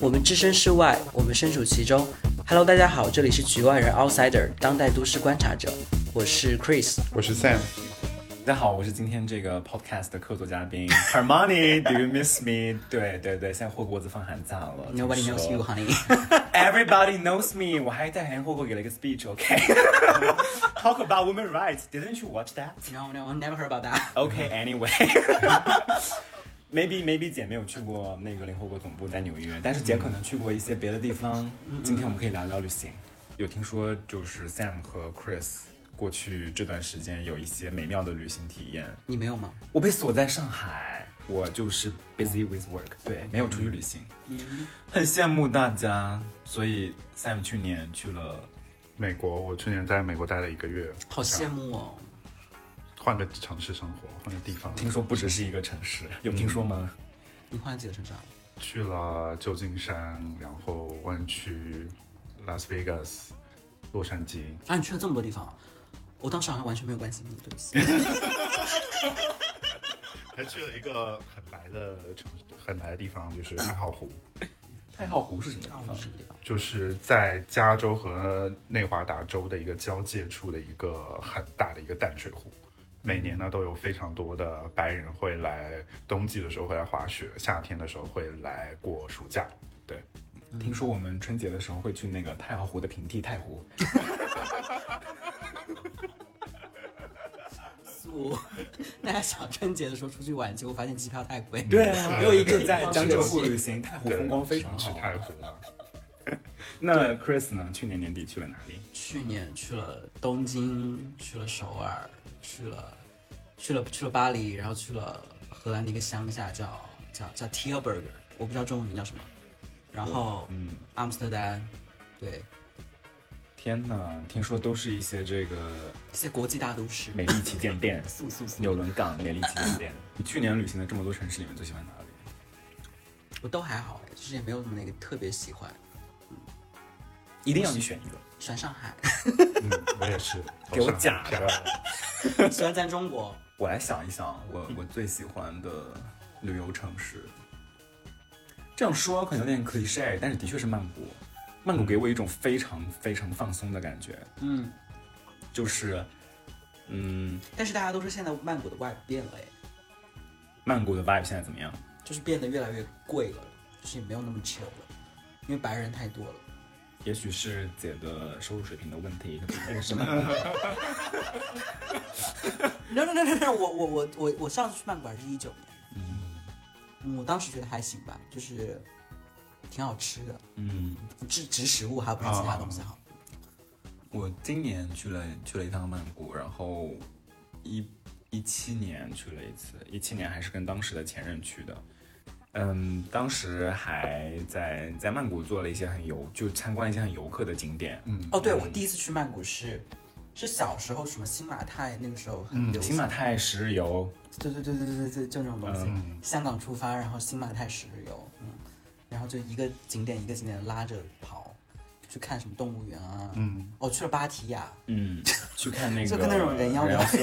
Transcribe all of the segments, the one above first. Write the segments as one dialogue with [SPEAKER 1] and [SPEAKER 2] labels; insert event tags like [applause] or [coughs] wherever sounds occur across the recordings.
[SPEAKER 1] 我们置身事外，我们身处其中。Hello，大家好，这里是局外人 Outsider 当代都市观察者，我是 Chris。
[SPEAKER 2] 我是 Sam，
[SPEAKER 3] 大家好，我是今天这个 podcast 的客座嘉宾 [laughs] Harmony，Do you miss me？对对对，现在霍格沃兹放寒假了。
[SPEAKER 1] Nobody
[SPEAKER 3] 听
[SPEAKER 1] knows
[SPEAKER 3] 说
[SPEAKER 1] you, [laughs] honey。
[SPEAKER 3] [laughs] Everybody knows me。我还带韩霍格给了一
[SPEAKER 1] [laughs]
[SPEAKER 3] 个 speech，OK？Talk about women rights，Didn't you watch that？
[SPEAKER 1] No, no, I've never heard about that.
[SPEAKER 3] OK anyway 。Maybe maybe 姐没有去过那个联合国总部在纽约，但是姐可能去过一些别的地方。
[SPEAKER 1] 嗯
[SPEAKER 3] 今天我们可以聊聊旅行。有听说就是 Sam 和 Chris 过去这段时间有一些美妙的旅行体验。
[SPEAKER 1] 你没有吗？
[SPEAKER 3] 我被锁在上海，我就是 busy with work，对，没有出去旅行。很羡慕大家，所以 Sam 去年去了，
[SPEAKER 2] 美国。我去年在美国待了一个月，
[SPEAKER 1] 好羡慕哦。
[SPEAKER 2] 换个城市生活，换个地方，
[SPEAKER 3] 听说不只是一个城市，有听说吗？
[SPEAKER 1] 你换了几个城市啊？
[SPEAKER 2] 去了旧金山，然后湾区、Las Vegas、洛杉矶。
[SPEAKER 1] 啊，你去了这么多地方，我当时好像完全没有关心你，对不 [laughs] 起。
[SPEAKER 2] 还去了一个很白的城市，很白的地方，就是爱好湖，
[SPEAKER 3] 太浩湖是什么地
[SPEAKER 1] 啊，我
[SPEAKER 3] 方
[SPEAKER 1] 是？什么地方？
[SPEAKER 2] 就是在加州和内华达州的一个交界处的一个很大的一个淡水湖。每年呢都有非常多的白人会来，冬季的时候会来滑雪，夏天的时候会来过暑假。对，
[SPEAKER 3] 嗯听说我们春节的时候会去那个太浩湖的平地太湖，
[SPEAKER 1] 我 [laughs] 大家小春节的时候出去玩，结果发现机票太贵。[laughs]
[SPEAKER 3] 啊
[SPEAKER 1] 没有一个
[SPEAKER 3] 就在江浙沪旅行，太湖风光非常
[SPEAKER 2] 去
[SPEAKER 3] 好。
[SPEAKER 2] 太湖了。
[SPEAKER 1] 哦
[SPEAKER 3] 那 Chris 呢？去年年底去了哪里？
[SPEAKER 1] 去年去了东京，去了首尔，去了去了去了巴黎，然后去了荷兰的一个乡下叫叫叫 t i e r b e r g 我不知道中文名叫什么。然后
[SPEAKER 3] 嗯，
[SPEAKER 1] 阿姆斯特丹，对，
[SPEAKER 3] 天哪，听说都是一些这个
[SPEAKER 1] 一些国际大都市，
[SPEAKER 3] 美丽旗舰店，
[SPEAKER 1] 速速速，
[SPEAKER 3] 纽伦港美丽旗舰 [laughs] 店。你去年旅行的这么多城市里面，最喜欢哪里？
[SPEAKER 1] 我都还好，就是也没有什么那个特别喜欢，
[SPEAKER 3] 一定要你选一个。
[SPEAKER 1] 喜欢上海，
[SPEAKER 3] [laughs]
[SPEAKER 2] 嗯，我
[SPEAKER 1] [laughs]
[SPEAKER 2] 也是，
[SPEAKER 3] 给我假的
[SPEAKER 2] 漂亮。
[SPEAKER 1] 喜欢咱中国。
[SPEAKER 3] 我来想一想，我我最喜欢的旅游城市，这样说可能有点 cliche，但是的确是曼谷。曼谷给我一种非常非常放松的感觉，
[SPEAKER 1] 嗯，
[SPEAKER 3] 就是，嗯，
[SPEAKER 1] 但是大家都说现在曼谷的外变了，哎，
[SPEAKER 3] 曼谷的 vibe 现在怎么样？
[SPEAKER 1] 就是变得越来越贵了，就是也没有那么 chill 了，因为白人太多了。
[SPEAKER 3] 也许是姐的收入水平的问题，是吗？
[SPEAKER 1] no no no no no，我我我我我上次去曼谷还是一九年，嗯，我当时觉得还行吧，就是挺好吃的，
[SPEAKER 3] 嗯，
[SPEAKER 1] 只只食物还不是其他东西
[SPEAKER 3] 哦
[SPEAKER 1] 好。
[SPEAKER 3] 我今年去了去了一趟曼谷，然后一一七年去了一次，一七年还是跟当时的前任去的。嗯，当时还在在曼谷做了一些很游，就参观了一些很游客的景点。嗯，
[SPEAKER 1] 哦，对，我第一次去曼谷是是小时候什么新马泰那个时候很流
[SPEAKER 3] 嗯新
[SPEAKER 1] 行，
[SPEAKER 3] 马泰十日游，
[SPEAKER 1] 对对对对对对对，就那种东西，
[SPEAKER 3] 嗯
[SPEAKER 1] 香港出发，然后新马泰十日游，嗯，然后就一个景点一个景点拉着跑。去看什么动物园啊？嗯，哦，去了芭提雅， [laughs]
[SPEAKER 3] 嗯，去看那个
[SPEAKER 1] 就跟那种人妖
[SPEAKER 3] 人
[SPEAKER 1] 聊
[SPEAKER 3] 秀，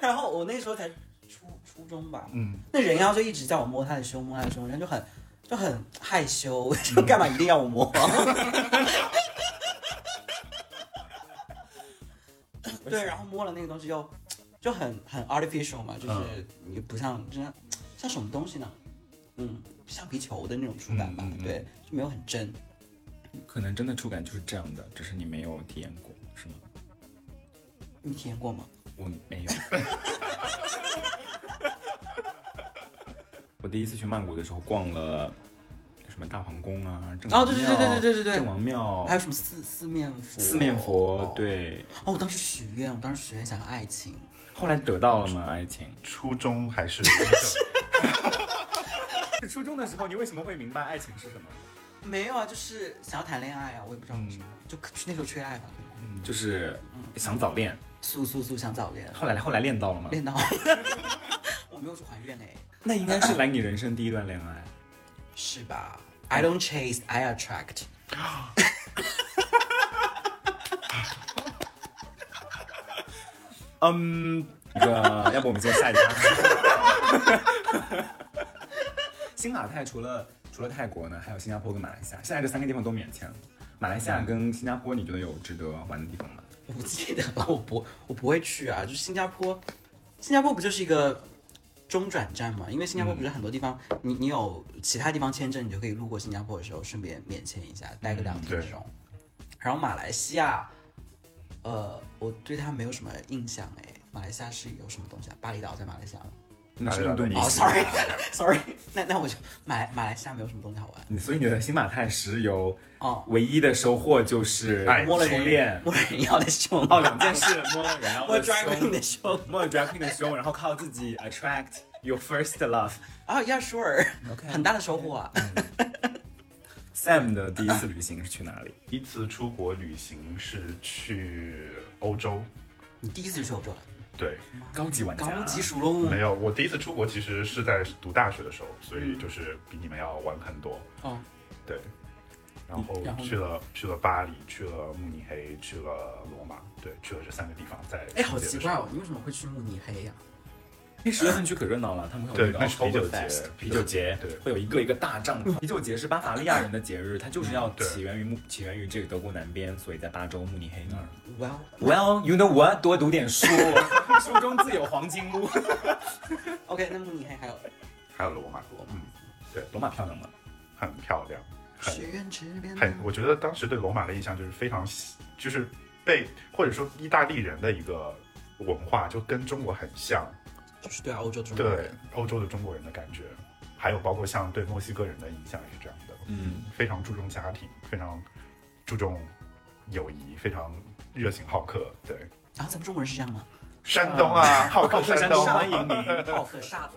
[SPEAKER 1] 然后我那时候才初初中吧，嗯，那人妖就一直叫我摸他的胸，摸他的胸，人家就很就很害羞， [laughs]
[SPEAKER 3] 嗯
[SPEAKER 1] 就干嘛一定要我摸？ [laughs] 对，然后摸了那个东西又就很很 artificial 嘛，就是
[SPEAKER 3] 嗯
[SPEAKER 1] 你不像真的像什么东西呢？嗯，橡皮球的那种触感吧，
[SPEAKER 3] 嗯
[SPEAKER 1] 对，就没有很真。
[SPEAKER 3] [laughs] 可能真的触感就是这样的，只是你没有体验过，是吗？
[SPEAKER 1] 你体验过吗？
[SPEAKER 3] 我没有。 [laughs] 我第一次去曼谷的时候，逛了什么大皇宫啊，郑王
[SPEAKER 1] 哦对对对对对对对对
[SPEAKER 3] 郑王庙
[SPEAKER 1] 还，有什么四四面佛？
[SPEAKER 3] 哦四面佛
[SPEAKER 1] 哦，。
[SPEAKER 3] 对。
[SPEAKER 1] 哦，我当时许愿，我当时许愿想要爱情。
[SPEAKER 3] 后来得到了吗？爱情？
[SPEAKER 2] 初中
[SPEAKER 1] [laughs]
[SPEAKER 2] 还是
[SPEAKER 3] 初中的时候，你为什么会明白爱情是什么？
[SPEAKER 1] 没有啊，就是想要谈恋爱啊，我也不知道为什么，就那时候缺爱吧，
[SPEAKER 3] 嗯就是想早恋。
[SPEAKER 1] 速速速想早恋，
[SPEAKER 3] 后来后来恋到了吗？
[SPEAKER 1] 恋到 [laughs] 我没有去欸还愿嘞，
[SPEAKER 3] 那应该是来你人生第一段恋爱。
[SPEAKER 1] 是吧？I don't chase, I attract。
[SPEAKER 3] 嗯，一个，要不我们先下一趴。新马泰除了除了泰国呢，还有新加坡跟马来西亚。现在这三个地方都免签了。马来西亚跟新加坡，你觉得有值得玩的地方吗？
[SPEAKER 1] 我不记得了，我不我不会去啊。就是新加坡，新加坡不就是一个中转站嘛？因为新加坡不是很多地方，你你有其他地方签证，你就可以路过新加坡的时候顺便免签一下，待个两天那种。
[SPEAKER 3] 嗯
[SPEAKER 1] 然后马来西亚，呃，我对它没有什么印象哎。马来西亚是有什么东西啊？巴厘岛在马来西亚吗？
[SPEAKER 3] 那是印度尼
[SPEAKER 1] 哦、
[SPEAKER 3] 西
[SPEAKER 1] s o
[SPEAKER 3] 亚
[SPEAKER 1] r r y s o r r y 那那我就马来马来西亚没有什么东西好玩
[SPEAKER 3] 你所以你的新马泰石油
[SPEAKER 1] 哦。
[SPEAKER 3] 唯一的收获就是
[SPEAKER 2] 爱情
[SPEAKER 3] 哎摸了人脸，
[SPEAKER 1] 我人要的胸
[SPEAKER 3] 哦，两件事， [laughs] 摸了人
[SPEAKER 1] 我
[SPEAKER 3] 的
[SPEAKER 1] drag queen
[SPEAKER 3] 胸，
[SPEAKER 1] 的胸
[SPEAKER 3] 摸了 drag queen 的胸，然后靠自己 attract your first love。
[SPEAKER 1] 啊，要 sure，
[SPEAKER 3] OK 嗯
[SPEAKER 1] 很大的收获啊。
[SPEAKER 3] Sam 的第一次旅行是去哪里？
[SPEAKER 2] 一次出国旅行是去欧洲，
[SPEAKER 1] 你第一次去欧洲了，
[SPEAKER 2] 对，
[SPEAKER 3] 高级玩家，啊
[SPEAKER 1] 高级属龙
[SPEAKER 2] 没有，我第一次出国其实是在读大学的时候，所以就是比你们要晚很多。
[SPEAKER 1] 哦，
[SPEAKER 2] 对，然后
[SPEAKER 1] 然后呢
[SPEAKER 2] 去了去了巴黎，去了慕尼黑，去了罗马，对，去了这三个地方在。
[SPEAKER 1] 哎，好奇怪。哦，你为什么会去慕尼黑呀、
[SPEAKER 3] 因为十月份去可热闹了，他们会有那
[SPEAKER 2] 对
[SPEAKER 3] 个
[SPEAKER 2] 那是啤酒
[SPEAKER 3] Oktoberfest，
[SPEAKER 2] 节
[SPEAKER 3] 啤酒节
[SPEAKER 2] 对对
[SPEAKER 3] 会有一个一个大帐篷。啤酒节是巴伐利亚人的节日，它
[SPEAKER 4] 嗯
[SPEAKER 3] 就是要
[SPEAKER 2] 对
[SPEAKER 3] 起源于慕起源于这个德国南边，所以在巴州慕尼黑那
[SPEAKER 4] 嗯
[SPEAKER 3] 儿。
[SPEAKER 1] 哇哦
[SPEAKER 3] Well, you know what？多读点书， [laughs] 书中自有黄金屋。
[SPEAKER 1] ，OK，那慕尼黑还有
[SPEAKER 2] 还有罗马，嗯，
[SPEAKER 3] 罗马漂亮吗？
[SPEAKER 2] 很漂亮，很
[SPEAKER 1] 许愿池边的
[SPEAKER 2] 很，我觉得当时对罗马的印象就是非常喜，就是被或者说意大利人的一个文化，就跟中国很像，
[SPEAKER 1] 就是对啊，欧洲中国
[SPEAKER 2] 对
[SPEAKER 1] 人
[SPEAKER 2] 欧洲的中国人的感觉，还有包括像对墨西哥人的影响也是这样的，
[SPEAKER 3] 嗯，
[SPEAKER 2] 非常注重家庭，非常注重友谊，非常热情好客，对，
[SPEAKER 1] 然后咱们中国人是这样吗？
[SPEAKER 2] 山东啊，好客
[SPEAKER 3] 客山
[SPEAKER 2] 东，
[SPEAKER 3] 东欢迎您。
[SPEAKER 1] 好客煞子，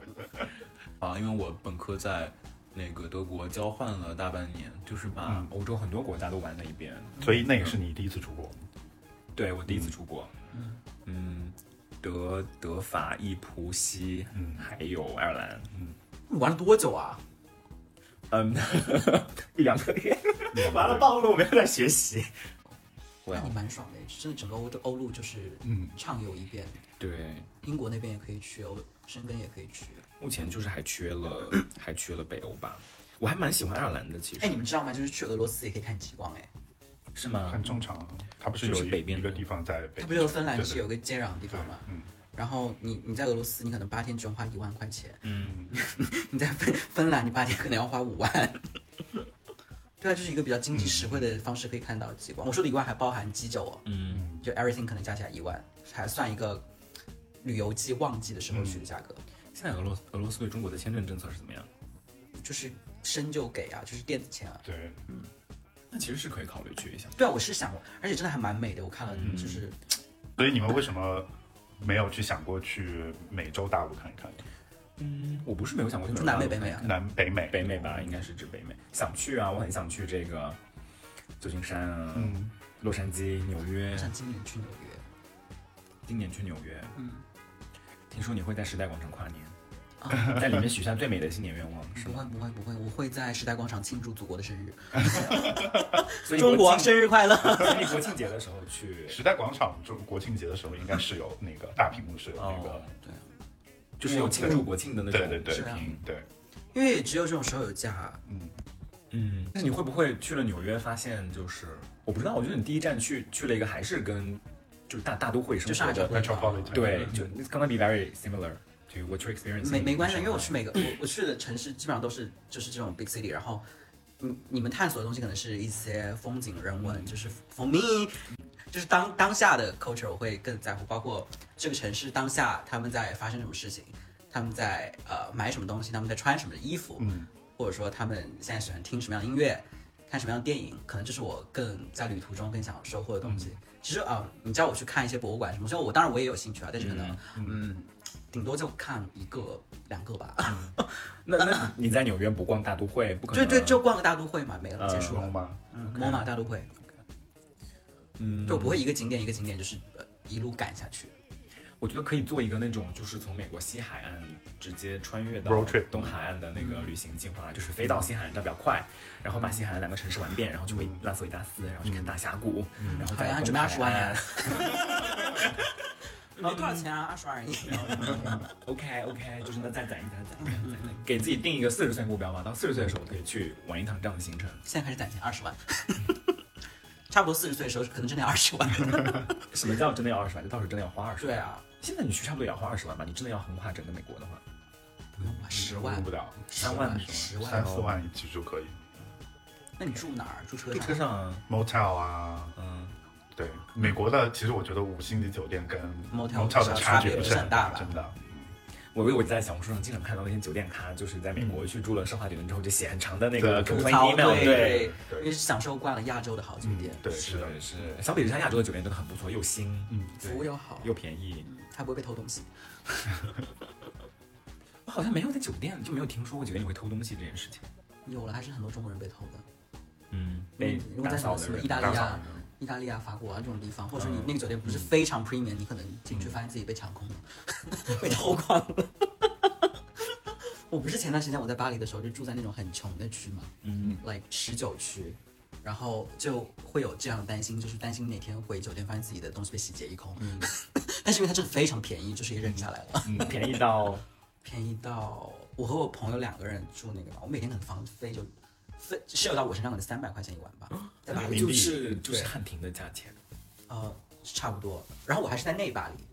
[SPEAKER 4] 啊，因为我本科在那个德国交换了大半年，就是把
[SPEAKER 3] 把嗯欧洲很多国家都玩了一遍。
[SPEAKER 2] 所以那也是你第一次出国，
[SPEAKER 3] 对我第一次出国，嗯，德德法意葡西，
[SPEAKER 2] 嗯
[SPEAKER 3] 还有爱尔兰，
[SPEAKER 1] 你玩了多久啊？
[SPEAKER 3] 嗯， [laughs] 一两个月，完了暴露，我没有在学习。我
[SPEAKER 1] 那
[SPEAKER 3] 要
[SPEAKER 1] 你蛮爽的，真的整个欧欧陆就是
[SPEAKER 2] 嗯
[SPEAKER 1] 畅游一遍，
[SPEAKER 3] 对，
[SPEAKER 1] 英国那边也可以去，欧深根也可以去。
[SPEAKER 3] 目前就是还缺 [coughs] 了，还缺了北欧吧。我还蛮喜欢爱尔兰的，其实。
[SPEAKER 1] 哎，你们知道吗？就是去俄罗斯也可以看极光，哎，
[SPEAKER 3] 是吗
[SPEAKER 2] 很？正常。啊它不是有
[SPEAKER 3] 就是北
[SPEAKER 2] 一
[SPEAKER 3] 边
[SPEAKER 2] 一个
[SPEAKER 3] 的
[SPEAKER 2] 地方在北，
[SPEAKER 1] 它不就是芬兰
[SPEAKER 2] 对
[SPEAKER 1] 是有个接壤的地方吗？
[SPEAKER 2] 嗯
[SPEAKER 1] 然后你你在俄罗斯，你可能八天只用花一万块钱，
[SPEAKER 3] 嗯，
[SPEAKER 1] [laughs] 你在芬芬兰，你八天可能要花五万。 [laughs] 对啊，这是一个比较经济实惠的方式，可以看到极光。我说的一万还包含基酒哦，
[SPEAKER 3] 嗯，
[SPEAKER 1] 就 everything 可能加起来一万，还算一个旅游季旺季的时候
[SPEAKER 2] 嗯
[SPEAKER 1] 去的价格，
[SPEAKER 3] 现在俄罗俄罗斯对中国的签证政策是怎么样？
[SPEAKER 1] 就是深就给啊，就是电子钱啊。
[SPEAKER 2] 对，
[SPEAKER 3] 那其实是可以考虑去一下。
[SPEAKER 1] 对啊，我是想，而且真的还蛮美的，我看了
[SPEAKER 2] 嗯
[SPEAKER 1] 就是、
[SPEAKER 2] 所以你们为什么没有去想过去美洲大陆看一看？
[SPEAKER 3] 嗯，我不是没有想过去
[SPEAKER 1] 就南美北美啊，
[SPEAKER 2] 南北美，
[SPEAKER 3] 北美吧，应该是指北美。想去啊，我很想去这个旧金山啊，
[SPEAKER 2] 嗯，
[SPEAKER 3] 洛杉矶、纽约
[SPEAKER 1] 我。想今年去纽约
[SPEAKER 3] 今年去纽约，
[SPEAKER 1] 嗯，
[SPEAKER 3] 听说你会在时代广场跨年，
[SPEAKER 1] 啊
[SPEAKER 3] 在里面许下最美的新年愿望，是
[SPEAKER 1] 不
[SPEAKER 3] 吗？
[SPEAKER 1] 会不会不会，我会在时代广场庆祝祖国的生日，
[SPEAKER 3] 所以
[SPEAKER 1] 中国
[SPEAKER 3] 庆
[SPEAKER 1] 生日快乐。
[SPEAKER 3] [laughs] 所以国庆节的时候去，
[SPEAKER 2] 时代广场中国庆节的时候应该是有那个大屏幕是有那个
[SPEAKER 3] 哦，
[SPEAKER 1] 对啊，
[SPEAKER 3] 就是有庆祝国庆的那种
[SPEAKER 2] 对对对
[SPEAKER 3] 视
[SPEAKER 1] 是啊
[SPEAKER 3] 频。
[SPEAKER 2] 对，
[SPEAKER 1] 因为也只有这种时候有假啊，
[SPEAKER 3] 嗯，那你会不会去了纽约，发现就是我不知道，我觉得你第一站去去了一个还是跟就是大大都会生
[SPEAKER 1] 就是
[SPEAKER 3] 活
[SPEAKER 1] 按照
[SPEAKER 3] 的，
[SPEAKER 1] 规划
[SPEAKER 2] Metropolitan
[SPEAKER 3] 对，就 it's gonna be very similar to what you're experiencing。
[SPEAKER 1] 没没关系，因为我去每个我我去的城市基本上都是就是这种 big city，然后你你们探索的东西可能是一些风景、人文，就是 for me，就是当当下的 culture 我会更在乎，包括这个城市当下他们在发生什么事情，他们在呃买什么东西，他们在穿什么衣服，
[SPEAKER 2] 嗯，
[SPEAKER 1] 或者说他们现在喜欢听什么样的音乐，看什么样的电影，可能这是我更在旅途中更想收获的东西。其实啊、你叫我去看一些博物馆什么，虽然我当然我也有兴趣啊，但是可能嗯顶多就看一个两个吧。
[SPEAKER 3] 那
[SPEAKER 1] 呃
[SPEAKER 3] 那你在纽约不逛大都会，不可
[SPEAKER 1] 就
[SPEAKER 3] 能。
[SPEAKER 1] 就就逛个大都会嘛，没了，结束
[SPEAKER 2] 龙
[SPEAKER 1] 了。
[SPEAKER 2] 吗？
[SPEAKER 1] 摸马大都会，
[SPEAKER 3] 嗯，
[SPEAKER 1] 就不会一个景点一个景点，就是呃一路赶下去。
[SPEAKER 3] 我觉得可以做一个那种，就是从美国西海岸直接穿越到
[SPEAKER 2] Road trip
[SPEAKER 3] 东海岸的那个旅行计划，就是飞到西海岸这样比较快，然后把西海岸两个城市玩遍，然后去维拉嗯斯维加斯，然后去看大峡谷，然后
[SPEAKER 1] 好
[SPEAKER 3] 再
[SPEAKER 1] 呀，
[SPEAKER 3] 东 [laughs]
[SPEAKER 1] 准备二十万
[SPEAKER 3] 海岸
[SPEAKER 1] 呀！啊，多少钱啊？二十二亿。
[SPEAKER 3] OK OK，就是能再攒一攒攒一攒攒一攒，给自己定一个四十岁目标嘛。到四十岁的时候，可以去玩一趟这样的行程。
[SPEAKER 1] 现在开始攒钱，二十万。 [laughs] 差不多四十岁的时候，可能真的二十
[SPEAKER 3] [laughs]
[SPEAKER 1] 万。
[SPEAKER 3] 什么叫真的要二十万？就到时候真的要花二十万。
[SPEAKER 1] 对啊，
[SPEAKER 3] 现在你去差不多也要花二十万吧？你真的要横跨整个美国的话，
[SPEAKER 1] 不用吧，十万
[SPEAKER 2] 用嗯
[SPEAKER 3] 嗯
[SPEAKER 2] 不，了，
[SPEAKER 3] 三万
[SPEAKER 1] 十万。
[SPEAKER 2] 三四万一起就可以。
[SPEAKER 1] 那你住哪儿？住车
[SPEAKER 3] 就
[SPEAKER 1] 上？
[SPEAKER 3] [laughs] 车上啊，
[SPEAKER 2] motel 啊，
[SPEAKER 3] 嗯，
[SPEAKER 2] 对，美国的其实我觉得五星级酒店跟
[SPEAKER 1] motel
[SPEAKER 2] 的差
[SPEAKER 1] 差
[SPEAKER 2] 距不是很
[SPEAKER 1] 别不是很大吧
[SPEAKER 2] 真的。
[SPEAKER 3] 我我在小红书上经常看到那些酒店咖，就是在美国去住了奢华酒店之后，就写很长的那
[SPEAKER 2] 对
[SPEAKER 3] 个
[SPEAKER 1] 嗯吐
[SPEAKER 3] complaint
[SPEAKER 1] 槽
[SPEAKER 3] email，嗯
[SPEAKER 1] 对，因为
[SPEAKER 2] 对，
[SPEAKER 1] 是享受惯了亚洲的好酒店，
[SPEAKER 2] 对，是的，
[SPEAKER 3] 是是。相比之下，亚洲的酒店真的很不错，又新，
[SPEAKER 2] 嗯，
[SPEAKER 3] 对
[SPEAKER 1] 服务又好，
[SPEAKER 3] 又便宜。
[SPEAKER 1] 还不会被偷东西。
[SPEAKER 3] 我好像没有在酒店就没有听说过酒店里会偷东西这件事情。
[SPEAKER 1] 有了，还是很多中国人被偷的。
[SPEAKER 3] 嗯，被
[SPEAKER 1] 嗯，如果
[SPEAKER 3] 打
[SPEAKER 1] 在什么
[SPEAKER 3] 扫
[SPEAKER 1] 什
[SPEAKER 3] 的
[SPEAKER 1] 么
[SPEAKER 3] 人
[SPEAKER 1] 意大
[SPEAKER 2] 打
[SPEAKER 1] 利
[SPEAKER 2] 扫
[SPEAKER 1] 啊
[SPEAKER 2] 的、
[SPEAKER 1] 意大利啊、法国啊这种地方，或者说你
[SPEAKER 3] 嗯
[SPEAKER 1] 那个酒店不是非常 premium，你可能进去发现自己被抢空了， [laughs] 被偷光了。 [laughs] 我不是前段时间我在巴黎的时候就住在那种很穷的区嘛， [laughs] 嗯，like 十九区，然后就会有这样的担心，就是担心哪天回酒店发现自己的东西被洗劫一空。 [laughs] 但是因为它真的非常便宜，就是也忍下来了，
[SPEAKER 3] 嗯便宜到
[SPEAKER 1] 便宜到我和我朋友两个人住那个吧，我每天可能房费就费涉到我身上可能三百块钱一晚吧，在巴黎
[SPEAKER 3] 就
[SPEAKER 2] 币
[SPEAKER 3] 是就是
[SPEAKER 2] 对
[SPEAKER 3] 汉庭的价钱。
[SPEAKER 1] 呃，差不多。然后我还是在内巴黎，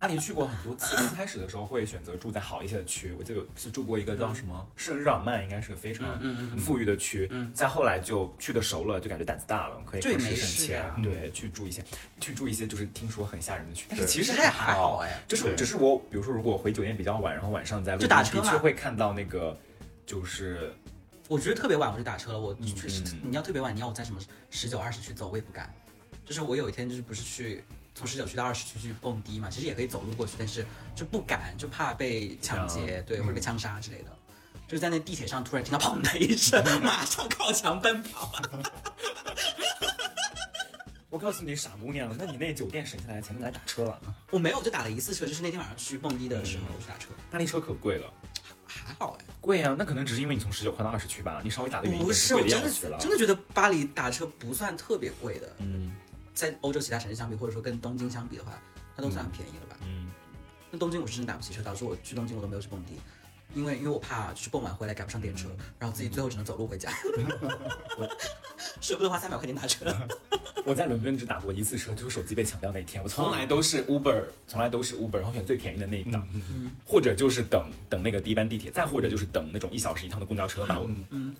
[SPEAKER 3] 阿里去过很多次，刚开始的时候会选择住在好一些的区，我记得是住过一个叫什么圣日耳曼，应该是个非常
[SPEAKER 1] 嗯
[SPEAKER 3] 富裕的区。再后来就去的熟了，就感觉胆子大了，可以
[SPEAKER 1] 对
[SPEAKER 3] 省
[SPEAKER 1] 没
[SPEAKER 3] 省
[SPEAKER 1] 事
[SPEAKER 3] 钱
[SPEAKER 1] 啊，
[SPEAKER 3] 对，去住一些去住一些就是听说很吓人的区，但是
[SPEAKER 2] 对
[SPEAKER 3] 其实
[SPEAKER 1] 还
[SPEAKER 3] 还
[SPEAKER 1] 好
[SPEAKER 3] 好
[SPEAKER 1] 哎
[SPEAKER 3] 就是
[SPEAKER 2] 对
[SPEAKER 3] 只是我比如说如果回酒店比较晚，然后晚上在路
[SPEAKER 1] 就打
[SPEAKER 3] 边
[SPEAKER 1] 车
[SPEAKER 3] 的确
[SPEAKER 1] 嘛
[SPEAKER 3] 会看到那个就是
[SPEAKER 1] 我觉得特别晚我就打车了。我确
[SPEAKER 3] 嗯
[SPEAKER 1] 实，你要特别晚，你要我在什么十九、二十区走，我也不敢。就是我有一天就是不是去从十九区到二十区去蹦迪嘛，其实也可以走路过去，但是就不敢，就怕被抢
[SPEAKER 3] 嗯
[SPEAKER 1] 劫，对，会被枪杀之类的。就是在那地铁上突然听到砰的一声，马上靠墙奔跑。
[SPEAKER 3] 我告诉你傻姑娘，那你那酒店省下来的钱都来打车了，
[SPEAKER 1] 我没有，我就打了一次车，就是那天晚上去蹦迪的时候我去打车，
[SPEAKER 3] 那那车可贵了。
[SPEAKER 1] 还好哎。
[SPEAKER 3] 贵啊，那可能只是因为你从十九块到二十去吧，你稍微打的远一
[SPEAKER 1] 不
[SPEAKER 3] 点，
[SPEAKER 1] 是，
[SPEAKER 3] 贵
[SPEAKER 1] 我
[SPEAKER 3] 的
[SPEAKER 1] 真
[SPEAKER 3] 要
[SPEAKER 1] 的
[SPEAKER 3] 死了。
[SPEAKER 1] 真的觉得巴黎打车不算特别贵的，
[SPEAKER 3] 嗯
[SPEAKER 1] 在欧洲其他城市相比，或者说跟东京相比的话，它都算便宜了吧？
[SPEAKER 3] 嗯。
[SPEAKER 1] 那东京我是真的打不起车，导致我去东京我都没有去蹦迪，因为因为我怕去蹦完回来赶不上电车，
[SPEAKER 3] 嗯
[SPEAKER 1] 然后自己最后只能走路回家， [laughs] 舍不得花三百块钱打车。
[SPEAKER 3] 嗯我在伦敦只打过一次车，就是手机被抢掉那一天。我从来都是 Uber，从来都是 Uber，然后选最便宜的那一档，或者就是等等那个第一班地铁，再或者就是等那种一小时一趟的公交车把我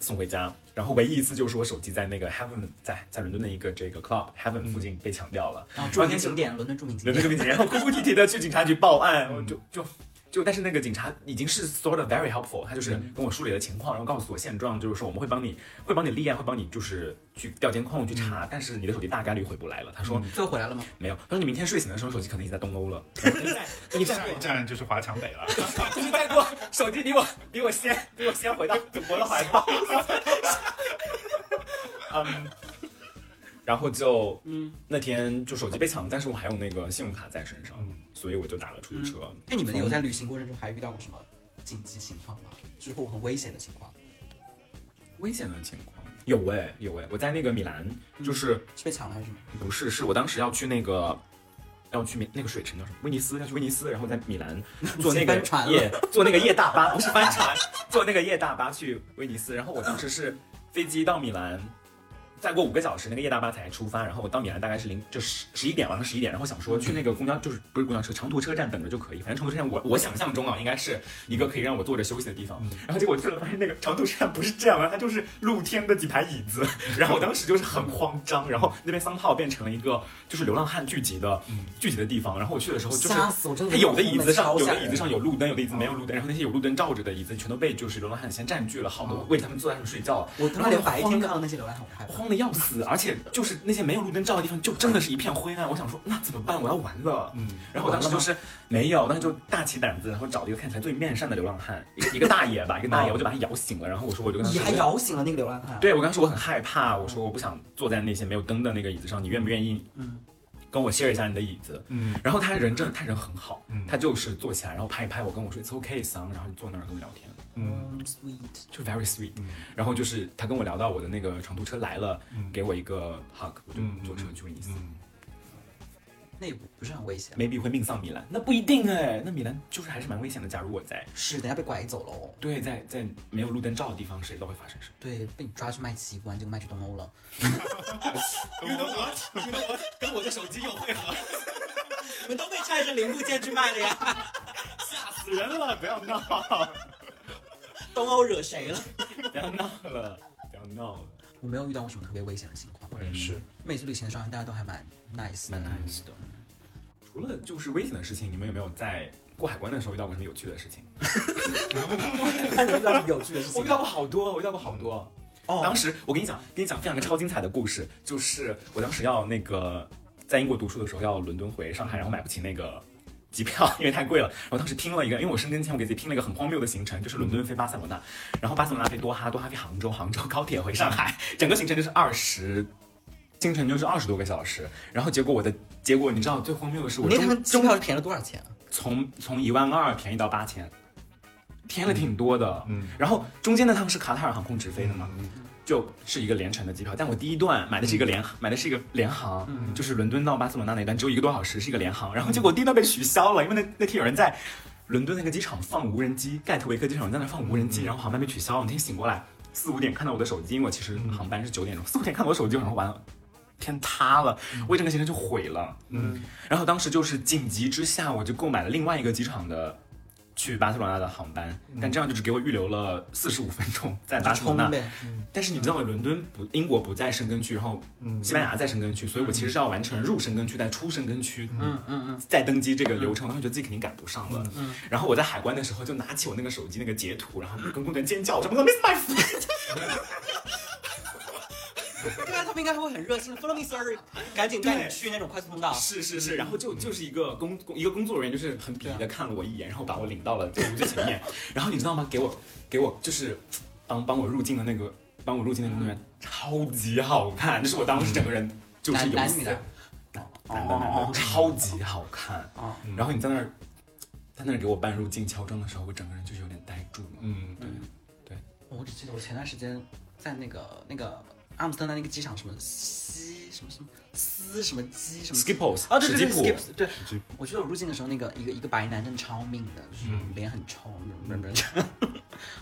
[SPEAKER 3] 送回家。然后唯一一次就是我手机在那个 Heaven，在在伦敦的一个这个 Club Heaven 附近被抢掉了，
[SPEAKER 1] 然后著名景点，伦敦著名景
[SPEAKER 3] 伦
[SPEAKER 1] 点，
[SPEAKER 3] 敦这个警察，然后哭哭啼啼的去警察局报案，我就就就，但是那个警察已经是 sort of very helpful，他就是跟我梳理了情况，然后告诉我现状，就是说我们会帮你，会帮你立案，会帮你就是去调监控去查，但是你的手机大概率回不来了。他说
[SPEAKER 1] 最后回来了吗？
[SPEAKER 3] 没有，他说你明天睡醒的时候手机可能已经在东欧了，然后你再你再
[SPEAKER 2] 下一站就是华强
[SPEAKER 1] [laughs]
[SPEAKER 2] 北了，
[SPEAKER 3] 就是再给我手机比我比我先比我先回到祖国的怀抱。嗯，然后就嗯，那天就手机被抢，但是我还有那个信用卡在身上，所以我就打了出租车。
[SPEAKER 1] 那嗯哎你们有在
[SPEAKER 3] 嗯
[SPEAKER 1] 旅行过程中还遇到过什么紧急情况吗？就是或很危险的情况，
[SPEAKER 3] 危险的情况？有哎、有哎、我在那个米兰，
[SPEAKER 1] 嗯
[SPEAKER 3] 就是、
[SPEAKER 1] 是被抢了还是什么？
[SPEAKER 3] 不是是我当时要去那个。要去米那个水城叫什么？威尼斯，要去威尼斯，然后在米兰 [laughs] 坐那个
[SPEAKER 1] 翻船了
[SPEAKER 3] 夜坐那个夜大巴，不是帆船，坐那个夜大巴去威尼斯。然后我当时是飞机到米兰，再过五个小时那个夜大巴才出发。然后我到米兰大概是零就十十一点晚上十一点，然后想
[SPEAKER 1] 嗯
[SPEAKER 3] 说去那个公交就是不是公交车长途车站等着就可以，反正长途车站我我想象中啊应该是一个可以让我坐着休息的地
[SPEAKER 1] 嗯
[SPEAKER 3] 方。然后结果去了发现那个长途车站不是这样的，它就是露天的几排椅子。
[SPEAKER 1] 嗯
[SPEAKER 3] 然后我当时就是很慌张，然后那边桑炮变成了一个就是流浪汉聚集的聚集的地方。然后我去的时候就
[SPEAKER 1] 嗯
[SPEAKER 3] 是
[SPEAKER 1] 吓死我真的
[SPEAKER 3] 它有的椅子上
[SPEAKER 1] 超
[SPEAKER 3] 有
[SPEAKER 1] 吓
[SPEAKER 3] 的
[SPEAKER 1] 人嗯
[SPEAKER 3] 椅子上。上有路灯，有的椅子没有路灯，然后那些有路灯照着的椅子全都被就是流浪汉先占据了，好多位置他们坐在上面睡觉了。
[SPEAKER 1] 嗯我他
[SPEAKER 3] 然
[SPEAKER 1] 妈
[SPEAKER 3] 后
[SPEAKER 1] 连白天
[SPEAKER 3] 慌
[SPEAKER 1] 看
[SPEAKER 3] 得
[SPEAKER 1] 到那些流浪汉，我都害怕。
[SPEAKER 3] 慌的要死，而且就是那些没有路灯照的地方，就真的是一片灰暗。我想说，那怎么办？我要完了。嗯，然后我当时就是没有，当时就大起胆子，然后找了一个看起来最面善的流浪汉，一个一个大爷吧，一个大爷，我就把他摇醒了。然后我说，我就跟他
[SPEAKER 1] 哦你
[SPEAKER 3] 说，
[SPEAKER 1] 还摇醒了那个流浪汉？
[SPEAKER 3] 对我刚说我很害怕，我说我不想坐在那些没有灯的那个椅子上，你愿不愿意？
[SPEAKER 1] 嗯
[SPEAKER 3] 跟我 share 一下你的椅子，嗯，然后他人真的，他人很好，
[SPEAKER 1] 嗯
[SPEAKER 3] 他就是坐起来，然后拍一拍我，跟我说 It's okay son，然后就坐那儿跟我聊天，
[SPEAKER 1] 嗯，sweet，
[SPEAKER 3] 就 very sweet，、然后就是他跟我聊到我的那嗯个长途车来了，给我一个 hug，我就坐车去威尼斯，
[SPEAKER 1] 内部不是很危险。
[SPEAKER 3] ，maybe 会命丧米兰，那不一定哎，那米兰就是还是蛮危险的。假如我在
[SPEAKER 1] 是，等下被拐走哦喽。
[SPEAKER 3] 对在在没有路灯照的地方，谁知道会发生 [laughs] 什么？
[SPEAKER 1] 对，被你抓去卖器官，结果卖去东欧了。
[SPEAKER 3] 你的我，你的我跟我的手机又会合，
[SPEAKER 1] [laughs] 你们都被拆成零部件去卖了呀？
[SPEAKER 3] 吓死人了！不要闹，
[SPEAKER 1] 东欧惹谁了？
[SPEAKER 3] 不要闹了，不要闹了，
[SPEAKER 1] 我没有遇到过什么特别危险的情况。嗯
[SPEAKER 2] 我也是。
[SPEAKER 1] 每次旅行上大家都还蛮 nice 的
[SPEAKER 3] 蛮。nice 的。除了就是危险的事情，你们有没有在过海关的时候遇到过什么有趣的事情？
[SPEAKER 1] 那你遇到什么有趣的事
[SPEAKER 3] 我遇
[SPEAKER 1] 情
[SPEAKER 3] 到
[SPEAKER 1] 吗？
[SPEAKER 3] 过好多，我遇到过好多。
[SPEAKER 1] 哦
[SPEAKER 3] 当，时我跟你讲，跟你讲，分享个超精彩的故事，就是我当时要那个在英国读书的时候要伦敦回上海，然后买不起那个机票，因为太贵了。然后当时拼了一个，因为我申根前我给自己拼了一个很荒谬的行程，就是伦敦飞巴塞罗
[SPEAKER 1] 嗯
[SPEAKER 3] 那，然后巴塞罗那飞多哈，多哈飞杭州，杭州高铁回上海，整个行程就是二十。行程就是二十多个小时，然后结果我的结果你知道最荒谬的是我
[SPEAKER 1] 你那趟机
[SPEAKER 3] 中
[SPEAKER 1] 票便宜了多少钱啊？
[SPEAKER 3] 从从一万二便宜到八千，便宜了挺多的。
[SPEAKER 2] 嗯，
[SPEAKER 3] 然后中间那趟是卡塔尔航空直飞的嘛，就是一个连程的机票，但我第一段买的是一个联、买的是一个联航，就是伦敦到巴塞罗那那段只有一个多小时，是一个联航。然后结果第一段被取消了，因为那那天有人在伦敦那个机场放无人机，盖特维克机场有人在那放无人机，然后航班被取消了。我那天醒过来四五点看到我的手机，因为我其实航班是九点钟，四五点看到我的手机，我说完了。天塌了，
[SPEAKER 1] 嗯
[SPEAKER 3] 我整个行程就毁了。嗯，然后当时就是紧急之下，我就购买了另外一个机场的去巴塞罗那的航班，
[SPEAKER 1] 嗯
[SPEAKER 3] 但这样就只给我预留了四十五分钟在巴塞罗
[SPEAKER 1] 冲
[SPEAKER 3] 那。
[SPEAKER 1] 呗，
[SPEAKER 3] 但是你知道，伦敦不，英国不在申根区，然后
[SPEAKER 1] 嗯
[SPEAKER 3] 西班牙在申根区，所以我其实是要完成入申根区再出申根区，
[SPEAKER 1] 嗯嗯嗯，
[SPEAKER 3] 再登机这个流程，我觉得自己肯定赶不上了。然后我在海关的时候就拿起我那个手机那个截图，然后跟工作人员尖叫，我什么都没 [laughs] my flight。
[SPEAKER 1] 对啊，他们应该会很热心，Follow me, sir，赶紧带你去那种快速通道。
[SPEAKER 3] 是是啊啊是，然后就就是一个工工一个工作人员就是很鄙夷的看了我一眼，然后把我领到了队伍最前面，然后你知道吗？给我给我就是帮帮我入境的那个帮我入境的工作人员超级好看，就是我当时整个人就是
[SPEAKER 1] 男
[SPEAKER 3] 有
[SPEAKER 1] 男女
[SPEAKER 3] 死
[SPEAKER 1] 的，
[SPEAKER 3] 男的男的，超级好看。嗯
[SPEAKER 1] 哦
[SPEAKER 3] 然后你在那儿，在那儿给我办入境敲章的时候，我整个人就是有点呆住了。
[SPEAKER 2] 嗯，
[SPEAKER 1] 我只记得我前段时间在那个那个阿姆斯特丹那个机场什么西什么什么斯什么基什么
[SPEAKER 3] Skipples
[SPEAKER 1] 啊，对对
[SPEAKER 3] 史基
[SPEAKER 1] 对
[SPEAKER 3] 普
[SPEAKER 1] ，Skips，对，我觉得我入境的时候，那个一个一个白男真的超命的，就是脸很臭，没
[SPEAKER 3] 嗯
[SPEAKER 1] 没没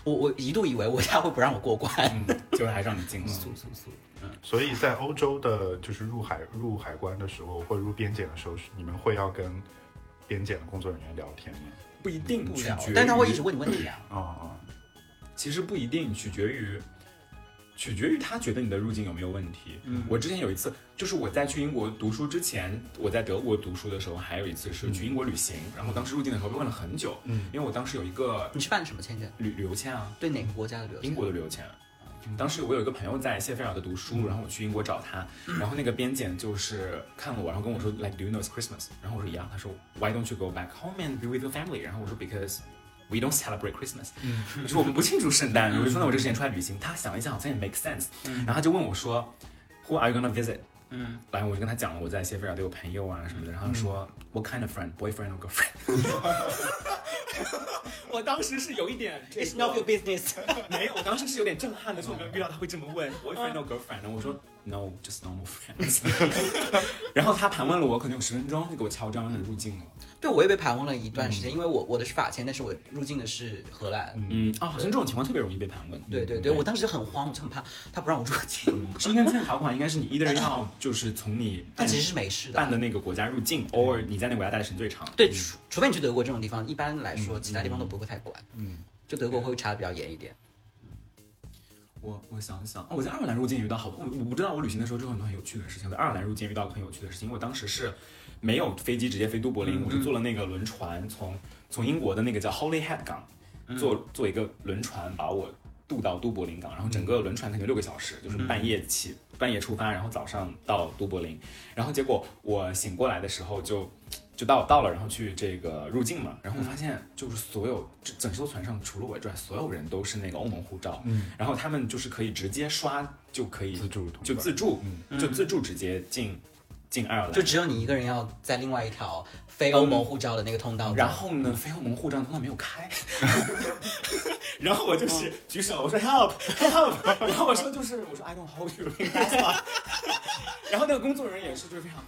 [SPEAKER 1] 我我一度以为我家会不让我过关， [laughs]
[SPEAKER 3] 嗯，结果还让你进了。
[SPEAKER 2] 所以在欧洲的，就是入海入海关的时候，或者入边检的时候，你们会要跟边检的工作人员聊天吗？
[SPEAKER 3] 不一定不了
[SPEAKER 1] 但是他会一直问你问题啊。
[SPEAKER 2] 啊、啊，
[SPEAKER 3] 其实不一定，取决于取决于他觉得你的入境有没有问题。嗯，我之前有一次，就是我在去英国读书之前，我在德国读书的时候，还有一次是去英国旅行，然后当时入境的时候被问了很久，
[SPEAKER 2] 嗯，
[SPEAKER 3] 因为我当时有一个
[SPEAKER 1] 你是办的什么签证？
[SPEAKER 3] 旅旅游签啊，
[SPEAKER 1] 对哪个国家的旅游？
[SPEAKER 3] 英国的旅游签。啊当时我有一个朋友在谢菲尔德读书，然后我去英国找他，然后那个边检就是看了我，然后跟我说 like do you know it's Christmas？然后我说 yeah，他说 why don't you go back home and be with your family？然后我说 because we don't celebrate Christmas，我 [laughs] 说我们不庆祝圣诞，我就说那我这时间出来旅行。他想了一下，好像也 make sense，然后他就问我说 who are you gonna visit？嗯，来我就跟他讲了我在谢菲尔德有朋友啊什么的，然后他说 what kind of friend，boyfriend or girlfriend？我当时是有一点这
[SPEAKER 1] It's
[SPEAKER 3] 个
[SPEAKER 1] not your
[SPEAKER 3] [laughs]
[SPEAKER 1] business。
[SPEAKER 3] 没有，我当时是有点震撼的，说我没有遇到他会这么
[SPEAKER 1] 嗯
[SPEAKER 3] 问，boyfriend or girlfriend 呢？我说 no，just normal friends。然后他盘问了我，可能有十分钟，就给我敲章让你入境了。
[SPEAKER 1] 对，我也被盘问了一段时间，因为我我的是法签，但是我入境的是荷兰。
[SPEAKER 3] 嗯，啊，好像这种情况特别容易被盘问。
[SPEAKER 1] 对对对，我当时就很慌，我就很怕他不让我入境。
[SPEAKER 3] 申根签的条款应该是你 either 要就是从你
[SPEAKER 1] [laughs] 但其实是美式
[SPEAKER 3] 办
[SPEAKER 1] 的，
[SPEAKER 3] 的那个国家入境，or 你在那个国家待的时间最长。
[SPEAKER 1] [laughs] 对，除除非你去德国这种地方，一般来
[SPEAKER 3] 嗯
[SPEAKER 1] 说其他地方都不会太管。
[SPEAKER 2] 嗯，
[SPEAKER 1] 就德国会查的比较严一点。
[SPEAKER 3] 我我想想，哦，我在爱尔兰入境也遇到好多，我我不知道我旅行的时候就有很多很有趣的事情。我在爱尔兰入境遇到很有趣的事情，因为我当时是没有飞机直接飞都柏林，
[SPEAKER 2] 嗯
[SPEAKER 3] 我就坐了那个轮船，从从英国的那个叫 Holyhead 港，
[SPEAKER 2] 嗯
[SPEAKER 3] 坐坐一个轮船把我渡到都柏林港，然后整个轮船可能六个小时，就是半夜
[SPEAKER 2] 嗯
[SPEAKER 3] 起、半夜出发，然后早上到都柏林，然后结果我醒过来的时候就。就到到了，然后去这个入境嘛，然后我发现就是所有这整艘船上除了我之外，所有人都是那个欧盟护照，嗯，然后他们就是可以直接刷就可以
[SPEAKER 2] 自助通关嗯
[SPEAKER 3] 就自助，就自助直接进进爱尔兰，
[SPEAKER 1] 就只有你一个人要在另外一条非欧盟护照的那个通道走。
[SPEAKER 3] 然后呢，非欧盟护照通道没有开，然后我就是举手，我说 help
[SPEAKER 5] [laughs]
[SPEAKER 3] help，然后我说就是我说 I don't hold you，that's why 然后那个工作人员也是就是非常。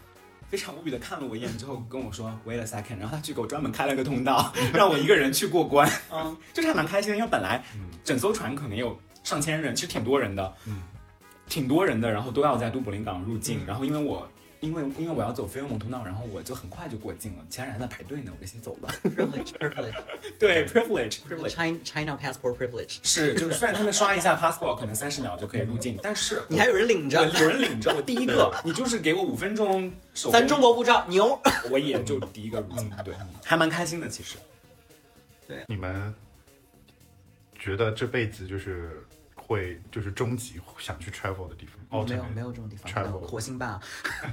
[SPEAKER 5] 非常无语的看了我一眼之后跟我说 wait a second，然后他去给我专门开了个通道，让我一个人去过关，嗯，就是还蛮开心的，因为本来整艘船可能有上千人，其实挺多人的，
[SPEAKER 2] 嗯，
[SPEAKER 5] 挺多人的，然后都要在都柏林港入境，然后因为我。因为因为我要走菲欧盟通道，然后我就很快就过境了，其他人还在排队呢，我就先走了。
[SPEAKER 1] privilege privilege
[SPEAKER 5] 对，privilege privilege，
[SPEAKER 1] China China passport privilege，
[SPEAKER 5] 是，就是虽然他们刷一下 passport 可能三十秒就可以入境，但是
[SPEAKER 1] 你还有人领
[SPEAKER 5] 我
[SPEAKER 1] 着，
[SPEAKER 5] 有人领着我第一个，你就是给我五分钟手工，
[SPEAKER 1] 咱中国护照牛。
[SPEAKER 5] 我也就第一个入境，
[SPEAKER 3] 嗯
[SPEAKER 5] 对，还蛮开心的其实。
[SPEAKER 2] 你们觉得这辈子就是会就是终极想去 travel 的地方？
[SPEAKER 1] 没有
[SPEAKER 2] ultimate
[SPEAKER 1] 没有这种地方，
[SPEAKER 2] 哦 travel
[SPEAKER 1] 没有火星吧？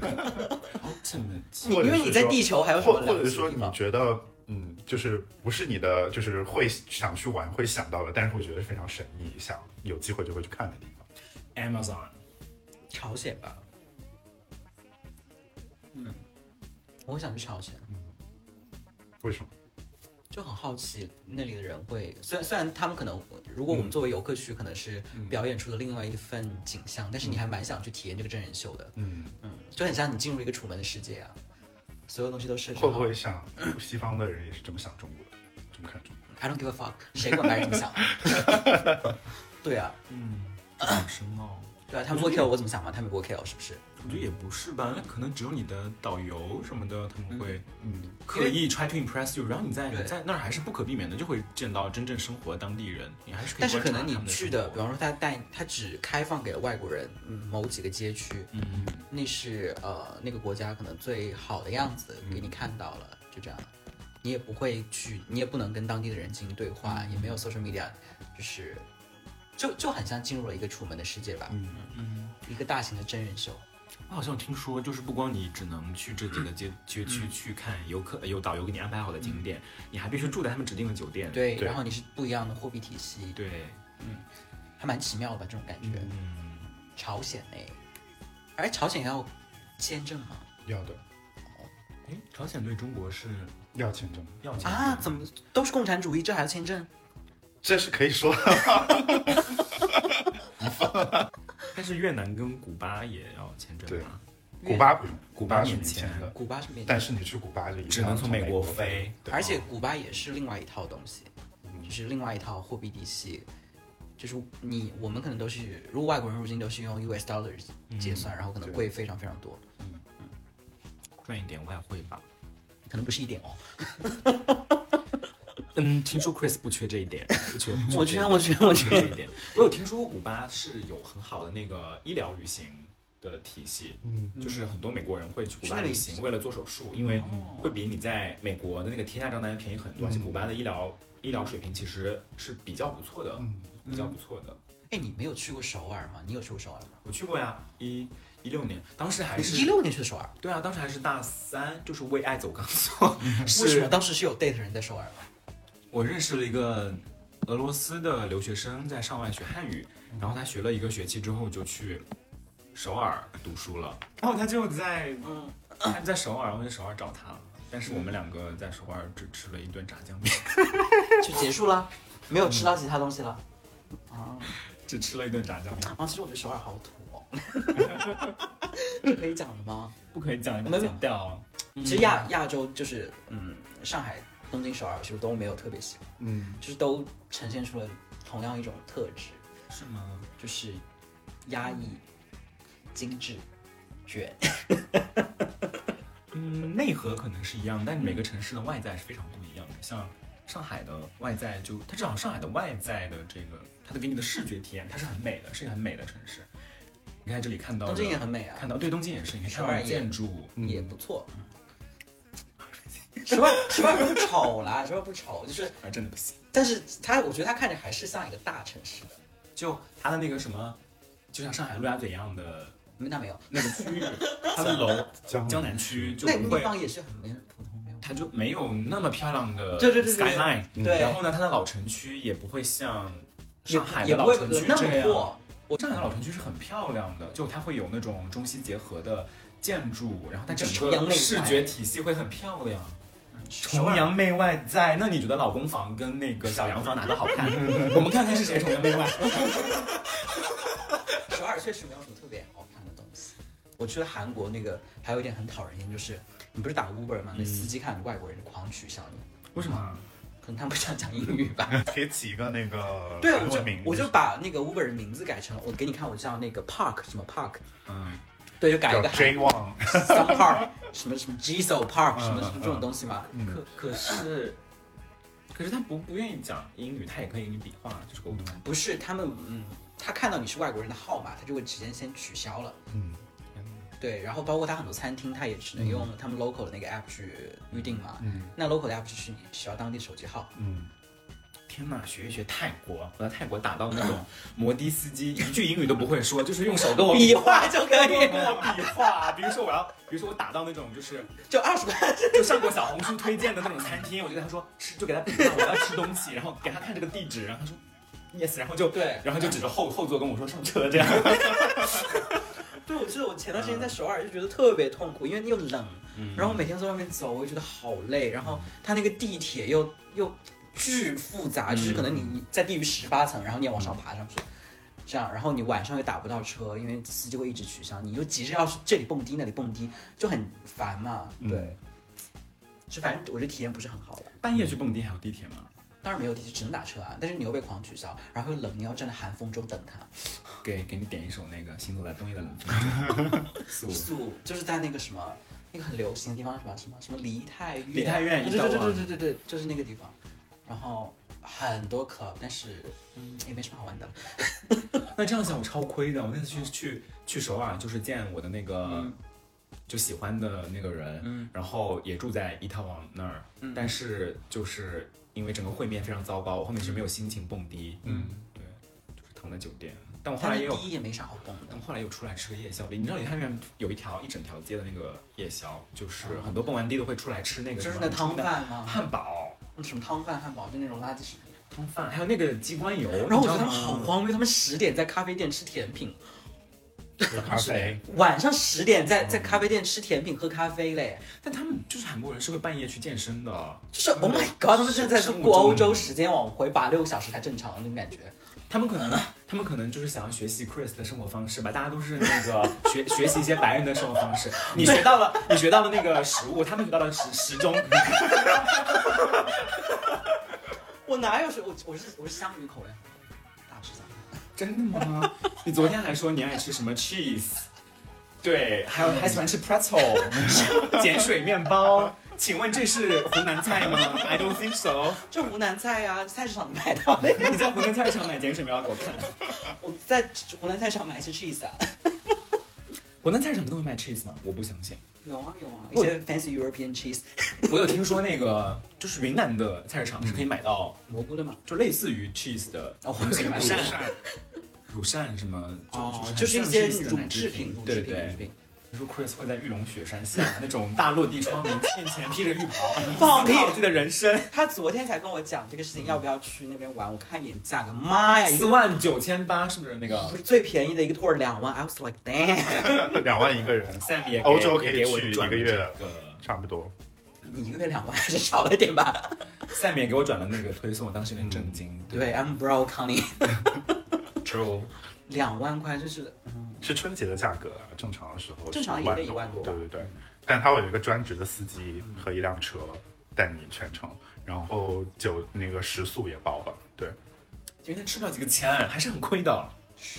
[SPEAKER 5] Ultimate，
[SPEAKER 1] 因
[SPEAKER 2] 或者
[SPEAKER 1] 为
[SPEAKER 2] 是
[SPEAKER 1] 你在
[SPEAKER 2] 说
[SPEAKER 1] 地球还有什
[SPEAKER 2] 或
[SPEAKER 1] 么了
[SPEAKER 2] 或
[SPEAKER 1] 不
[SPEAKER 2] 者
[SPEAKER 1] 起的
[SPEAKER 2] 说
[SPEAKER 1] 地
[SPEAKER 2] 你
[SPEAKER 1] 方？
[SPEAKER 2] 觉得嗯，就是不是你的，就是会想去玩，会想到的，但是会觉得非常神秘，想有机会就会去看的地方。
[SPEAKER 5] Amazon，
[SPEAKER 1] 朝鲜吧。嗯，我想去朝鲜，
[SPEAKER 2] 为什么？
[SPEAKER 1] 就很好奇那里的人会，虽然虽然他们可能，如果我们作为游客去，可能是表演出了另外一份景象，但是你还蛮想去体验这个真人秀的，
[SPEAKER 2] 嗯，
[SPEAKER 1] 嗯，就很像你进入一个楚门的世界啊，所有东西都设置好。
[SPEAKER 2] 会不会想西方的人也是这么想中国的，这么看中国？
[SPEAKER 1] I don't give a fuck，谁管白人怎么想？
[SPEAKER 3] [laughs]
[SPEAKER 1] 对啊，
[SPEAKER 5] 嗯
[SPEAKER 3] 好深奥。
[SPEAKER 1] 对啊，他们不会 care 我怎么想吗？他们不会 care 是不是？
[SPEAKER 3] 哦我觉得也不是吧，那可能只有你的导游什么的，他们会
[SPEAKER 2] 嗯，
[SPEAKER 3] 刻意 try to impress you，然后你在
[SPEAKER 1] 对
[SPEAKER 3] 你在那儿还是不可避免的就会见到真正生活当地人，你还是可以
[SPEAKER 1] 但
[SPEAKER 3] 观
[SPEAKER 1] 是
[SPEAKER 3] 察
[SPEAKER 1] 可能
[SPEAKER 3] 他
[SPEAKER 1] 你
[SPEAKER 3] 们
[SPEAKER 1] 去
[SPEAKER 3] 生
[SPEAKER 1] 的，
[SPEAKER 3] 活
[SPEAKER 1] 比方说他带他只开放给了外国人嗯某几个街区，
[SPEAKER 3] 嗯，
[SPEAKER 1] 那是呃那个国家可能最好的样子给你看到
[SPEAKER 3] 嗯
[SPEAKER 1] 了，就这样。你也不会去，你也不能跟当地的人进行对话，
[SPEAKER 3] 嗯
[SPEAKER 1] 也没有 social media，就是就就很像进入了一个楚门的世界吧，嗯一个大型的真人秀。
[SPEAKER 3] 我好像听说，就是不光你只能去这几个街街区去看游客有导游给你安排好的景点，你还必须住在他们指定的酒店。
[SPEAKER 1] 对，
[SPEAKER 2] 对
[SPEAKER 1] 然后你是不一样的货币体系，
[SPEAKER 3] 对，
[SPEAKER 1] 还蛮奇妙的吧这种感觉。
[SPEAKER 3] 嗯，
[SPEAKER 1] 朝鲜哎，而朝鲜要签证吗？
[SPEAKER 2] 要的，
[SPEAKER 3] 哎，朝鲜对中国是
[SPEAKER 2] 要签证，
[SPEAKER 3] 要钱
[SPEAKER 1] 啊，
[SPEAKER 3] 的
[SPEAKER 1] 怎么都是共产主义，这还要签证？
[SPEAKER 2] 这是可以说的。
[SPEAKER 3] 但是越南跟古巴也要签证
[SPEAKER 2] 对
[SPEAKER 3] 吧？
[SPEAKER 2] 古巴不用，古
[SPEAKER 3] 巴
[SPEAKER 2] 是
[SPEAKER 3] 免
[SPEAKER 2] 免签
[SPEAKER 3] 签
[SPEAKER 2] 的，
[SPEAKER 1] 古巴是没，
[SPEAKER 2] 但是你去古巴就一定
[SPEAKER 3] 只能
[SPEAKER 2] 要
[SPEAKER 3] 从
[SPEAKER 2] 从
[SPEAKER 3] 美国
[SPEAKER 2] 国
[SPEAKER 3] 飞，
[SPEAKER 2] 对
[SPEAKER 1] 而且古巴也是另外一套东西，就是另外一套货币体系，就是你我们可能都是，如果外国人入境都是用 US dollars 结算，然后可能
[SPEAKER 2] 对
[SPEAKER 1] 贵非常非常多，
[SPEAKER 3] 赚一点外汇吧。
[SPEAKER 1] 可能不是一点哦。，
[SPEAKER 3] 嗯，听说 Chris 不缺这一点，不缺
[SPEAKER 1] 我
[SPEAKER 3] 不缺
[SPEAKER 1] 觉
[SPEAKER 3] 这一
[SPEAKER 1] 得，
[SPEAKER 3] 点
[SPEAKER 1] 我觉得，我觉
[SPEAKER 3] 这
[SPEAKER 1] 得
[SPEAKER 3] 一点。我有听说古巴是有很好的那个医疗旅行的体系，嗯，就是很多美国人会去古巴
[SPEAKER 1] 去
[SPEAKER 3] 旅
[SPEAKER 1] 那
[SPEAKER 3] 行，为了做手术，因为会比你在美国的那个天价账单便宜很
[SPEAKER 1] 嗯
[SPEAKER 3] 多。而且古巴的医疗医疗水平其实是比较不错的，
[SPEAKER 1] 嗯
[SPEAKER 3] 比较不错的。
[SPEAKER 1] 哎，你没有去过首尔吗？你有去过首尔吗？
[SPEAKER 3] 我去过呀，一一六年，当时还
[SPEAKER 1] 你是一
[SPEAKER 3] 是
[SPEAKER 1] 六年去的首尔，
[SPEAKER 3] 对啊，当时还是大三，就是为爱走钢索，
[SPEAKER 1] 为什么
[SPEAKER 3] 是
[SPEAKER 1] 当时是有 date 的人在首尔吗？
[SPEAKER 3] 我认识了一个俄罗斯的留学生，在上外学汉语，然后他学了一个学期之后就去首尔读书了，然后他就在
[SPEAKER 1] 嗯，
[SPEAKER 3] 他就在首尔，我在首尔找他了，但是我们两个在首尔只吃了一顿炸酱面，
[SPEAKER 1] [laughs]
[SPEAKER 3] [laughs]
[SPEAKER 1] 就结束了，没有吃到其他东西了。嗯
[SPEAKER 3] 只吃了一顿炸酱面，
[SPEAKER 1] 啊，其实我觉得首尔好土
[SPEAKER 3] [laughs]
[SPEAKER 1] 哦。是可以讲的吗？
[SPEAKER 3] 不可以讲，不能剪掉。啊
[SPEAKER 1] 其实亚亚洲就是，嗯，上海、东京、首尔其实都没有特别喜欢，
[SPEAKER 2] 嗯，
[SPEAKER 1] 就是都呈现出了同样一种特质，
[SPEAKER 3] 是吗？
[SPEAKER 1] 就是压抑、精致、卷。
[SPEAKER 3] 嗯，内核可能是一样，但是每个城市的外在是非常不一样的。像上海的外在就，它至少上海的外在的这个，它的给你的视觉体验，它是很美的，是一个很美的城市。你看这里看到的
[SPEAKER 1] 东京也很美啊，
[SPEAKER 3] 看到对东京也是，你看
[SPEAKER 1] 首
[SPEAKER 3] 看
[SPEAKER 1] 尔
[SPEAKER 3] 到
[SPEAKER 1] 也
[SPEAKER 3] 建筑，嗯
[SPEAKER 1] 也不错。首尔首尔不丑啦， [laughs] 首尔不丑，就是，
[SPEAKER 3] 啊，真的不行。
[SPEAKER 1] 但是它，我觉得它看着还是像一个大城市的，
[SPEAKER 3] 就它的那个什么，就像上海陆家嘴一样的
[SPEAKER 1] 没那没有，
[SPEAKER 3] 那个区域，它的楼
[SPEAKER 2] 江
[SPEAKER 3] 江南区就
[SPEAKER 1] 那个
[SPEAKER 3] 不
[SPEAKER 1] 地
[SPEAKER 3] 会，
[SPEAKER 1] 方也是很没普通没有。
[SPEAKER 3] 它就没有那么漂亮的
[SPEAKER 1] 对对对对对
[SPEAKER 3] skyline。
[SPEAKER 1] 对
[SPEAKER 3] 然后呢，它的老城区也不会像上海
[SPEAKER 1] 也
[SPEAKER 3] 的
[SPEAKER 1] 不
[SPEAKER 3] 老
[SPEAKER 1] 会
[SPEAKER 3] 城区
[SPEAKER 1] 那
[SPEAKER 3] 这
[SPEAKER 1] 么
[SPEAKER 3] 样。
[SPEAKER 1] 破。
[SPEAKER 3] 我上海的老城区是很漂亮的，就它会有那种中西结合的建筑，然后它整
[SPEAKER 1] 崇洋媚
[SPEAKER 3] 个
[SPEAKER 1] 外
[SPEAKER 3] 视觉体系会很漂亮。
[SPEAKER 1] 首
[SPEAKER 3] 崇
[SPEAKER 1] 尔
[SPEAKER 3] 洋媚外在，那你觉得老公房跟那个小洋房哪个好看？ [laughs] 我们看看是谁 [laughs] 崇洋媚外。
[SPEAKER 1] 首尔确实没有什么特别好看的东西，我去了韩国那个，还有一点很讨人厌，就是你不是打 Uber
[SPEAKER 2] 嗯
[SPEAKER 1] 吗？那司机看外国人就狂取笑你，
[SPEAKER 4] 为什
[SPEAKER 3] 啊
[SPEAKER 4] 么？
[SPEAKER 1] 可能他们不想讲英语吧。
[SPEAKER 2] 可以起一个那个
[SPEAKER 1] 对，我
[SPEAKER 2] 韩
[SPEAKER 1] 就
[SPEAKER 2] 文名，
[SPEAKER 1] 我就把那个 Uber 的名字改成了，我给你看，我叫那个 Park 什么 Park，
[SPEAKER 3] 嗯，
[SPEAKER 1] 对，就改一 [laughs]
[SPEAKER 2] 叫
[SPEAKER 1] 个
[SPEAKER 2] J Wang，
[SPEAKER 1] Sun Park，什么什么 Jisoo Park，什么
[SPEAKER 2] 嗯
[SPEAKER 1] 什么这种东西嘛。
[SPEAKER 3] 嗯
[SPEAKER 4] 可可是，
[SPEAKER 3] 可是他不不愿意讲英语，他也可以给你比划，就是沟通。
[SPEAKER 1] 不是他们，嗯，他看到你是外国人的号码，他就会提前先取消了。
[SPEAKER 2] 嗯，
[SPEAKER 1] 对，然后包括他很多餐厅，他也只能用他们 local 的那个 app 去预定嘛。嗯，那 local 的 app 就是你需要当地手机号。
[SPEAKER 3] 天呐，学一学泰国，我在泰国打到那种摩的司机，一句英语都不会说，就是用手跟我
[SPEAKER 1] 比划就可以
[SPEAKER 3] 跟我比划。比如说我要，比如说我打到那种就是
[SPEAKER 1] 就二十块，
[SPEAKER 3] [laughs] 就上过小红书推荐的那种餐厅，我就跟他说吃，就给他比划我要吃东西，然后给他看这个地址，然后他说 yes，然后就
[SPEAKER 1] 对
[SPEAKER 3] 然后就指着后后座跟我说上车这样。
[SPEAKER 1] 对，我记得我前段时间在首尔就觉得特别痛苦，因为又冷，然后每天在外面走，我就觉得好累。然后它那个地铁又又巨复杂，就是可能你你在地狱十八层，然后你要往上爬上去，这样，然后你晚上又打不到车，因为司机会一直取消，你就急着要这里蹦迪那里蹦迪，就很烦嘛。
[SPEAKER 3] 对，
[SPEAKER 1] 就反正我觉得体验不是很好的。
[SPEAKER 3] [laughs] 半夜去蹦迪还有地铁吗？
[SPEAKER 1] 当然没有地铁，只能打车啊，但是你又被狂取消，然后又冷，你要站在寒风中等它。
[SPEAKER 3] 给给你点一首那个《行走在冬夜的冷风中》， [laughs] 素
[SPEAKER 1] 素就是在那个什么那个很流行的地方，什么什么什么梨泰院，
[SPEAKER 3] 梨泰院
[SPEAKER 1] 对
[SPEAKER 3] 一道
[SPEAKER 1] 对
[SPEAKER 3] 啊
[SPEAKER 1] 对对对对对，就是那个地方。然后很多 club，但是嗯也没什么好玩的了。
[SPEAKER 3] 那这样想我超亏的。我那次
[SPEAKER 1] 哦
[SPEAKER 3] 去去去首尔，就是见我的那个、
[SPEAKER 1] 嗯
[SPEAKER 3] 就喜欢的那个人，然后也住在伊塔王那儿，
[SPEAKER 1] 嗯
[SPEAKER 3] 但是就是因为整个会面非常糟糕，我后面是没有心情蹦迪，嗯，对，就是躺在酒店。但我后来
[SPEAKER 1] 但
[SPEAKER 3] 也
[SPEAKER 1] 是
[SPEAKER 3] 有，
[SPEAKER 1] 第一也没啥好蹦的
[SPEAKER 3] 但我。后来又出来吃个夜宵。你知道梨泰院有一条一整条街的那个夜宵，就是很多蹦完迪都会出来吃那个
[SPEAKER 1] 哦就是
[SPEAKER 3] 什么
[SPEAKER 1] 那汤饭啊吗？
[SPEAKER 3] 汉堡、
[SPEAKER 1] 什么汤饭、汉堡，就那种垃圾食品。
[SPEAKER 3] 汤饭，还有那个鸡冠油。
[SPEAKER 1] 然后我觉
[SPEAKER 3] 你
[SPEAKER 1] 得他
[SPEAKER 3] 知
[SPEAKER 1] 们
[SPEAKER 3] 道
[SPEAKER 1] 好
[SPEAKER 3] 吗
[SPEAKER 1] 荒谬，他们十点在咖啡店吃甜品，
[SPEAKER 2] 喝咖啡，
[SPEAKER 1] 晚上十点在在咖啡店吃甜品喝咖啡嘞。
[SPEAKER 3] 嗯但他们就是韩国人是会半夜去健身的，
[SPEAKER 1] 就是 Oh my God，他们是在
[SPEAKER 3] 生物
[SPEAKER 1] 过
[SPEAKER 3] 钟
[SPEAKER 1] 欧洲时间往回拔六个小时才正常的那种感觉。
[SPEAKER 3] 他们可能他们可能就是想要学习 Chris 的生活方式吧，大家都是那个学 [laughs] 学习一些白人的生活方式。你学到了你学到了那个食物，他们学到了时时钟。
[SPEAKER 1] 我哪有是，我我是我是香芋口味，啊大吃香。
[SPEAKER 3] 真的吗？你昨天还说你爱吃什么 cheese，对，还有还喜欢吃 pretzel，碱水面包。请问这是湖南菜吗？I don't think so。
[SPEAKER 1] 这湖南菜呀、菜市场买 [laughs] 到的。
[SPEAKER 3] 你在湖南菜市场买碱水面包给我看。
[SPEAKER 1] 我在湖南菜市场买的是 cheese 啊。
[SPEAKER 3] 湖南菜市场真的会卖 cheese 吗？我不相信。
[SPEAKER 1] 有啊有啊，一
[SPEAKER 3] 我
[SPEAKER 1] 些 fancy European cheese，
[SPEAKER 3] 我有听说那个就是云南的菜市场是可以买到，
[SPEAKER 1] 蘑菇的嘛。
[SPEAKER 3] 就类似于 cheese 的
[SPEAKER 1] 哦，我喜欢
[SPEAKER 3] 乳
[SPEAKER 1] 扇。
[SPEAKER 3] 扇，乳扇什么，
[SPEAKER 1] 哦，就是
[SPEAKER 3] 就
[SPEAKER 1] 是一
[SPEAKER 3] 很
[SPEAKER 1] 些
[SPEAKER 3] 像 cheese 的
[SPEAKER 1] 乳
[SPEAKER 3] 奶制
[SPEAKER 1] 制品，乳
[SPEAKER 3] 对
[SPEAKER 1] 制
[SPEAKER 3] 对
[SPEAKER 1] 品，乳制
[SPEAKER 3] 对。
[SPEAKER 1] 品。
[SPEAKER 3] 你说 Chris [laughs] 会在玉龙雪山 [laughs] 下那种大落地窗明面前披着浴袍，
[SPEAKER 1] 放屁
[SPEAKER 3] 思考自己的人生，
[SPEAKER 1] 他昨天才跟我讲这个事
[SPEAKER 3] 嗯
[SPEAKER 1] 情，要不要去那边玩？我看一眼价格，妈呀，一
[SPEAKER 3] 四
[SPEAKER 1] 个
[SPEAKER 3] 万九千八是不是那个
[SPEAKER 1] 不是最便宜的一个 tour 两万，I was like damn，
[SPEAKER 2] 两万一个人，
[SPEAKER 3] ？Sam 也给
[SPEAKER 2] 欧洲可以
[SPEAKER 3] 也给我
[SPEAKER 2] 去
[SPEAKER 3] 转
[SPEAKER 2] 一个月
[SPEAKER 3] 这个
[SPEAKER 2] 差不多。
[SPEAKER 1] 你一个月两万还是少了点吧？ [laughs]
[SPEAKER 3] ，Sam 也给我转了那个推送，我当时有点震惊。
[SPEAKER 1] 对，I'm broke honey，
[SPEAKER 2] True，
[SPEAKER 1] 两万块就是，嗯，
[SPEAKER 2] 是春节的价格啊，正常的时候
[SPEAKER 1] 正常
[SPEAKER 2] 10,000
[SPEAKER 1] 也得1万多吧
[SPEAKER 2] 对对对，但它会有一个专职的司机和一辆车带你全程，然后酒那个食宿也包了，对，
[SPEAKER 3] 因为他吃不了几个钱，还是很亏的。
[SPEAKER 1] 是。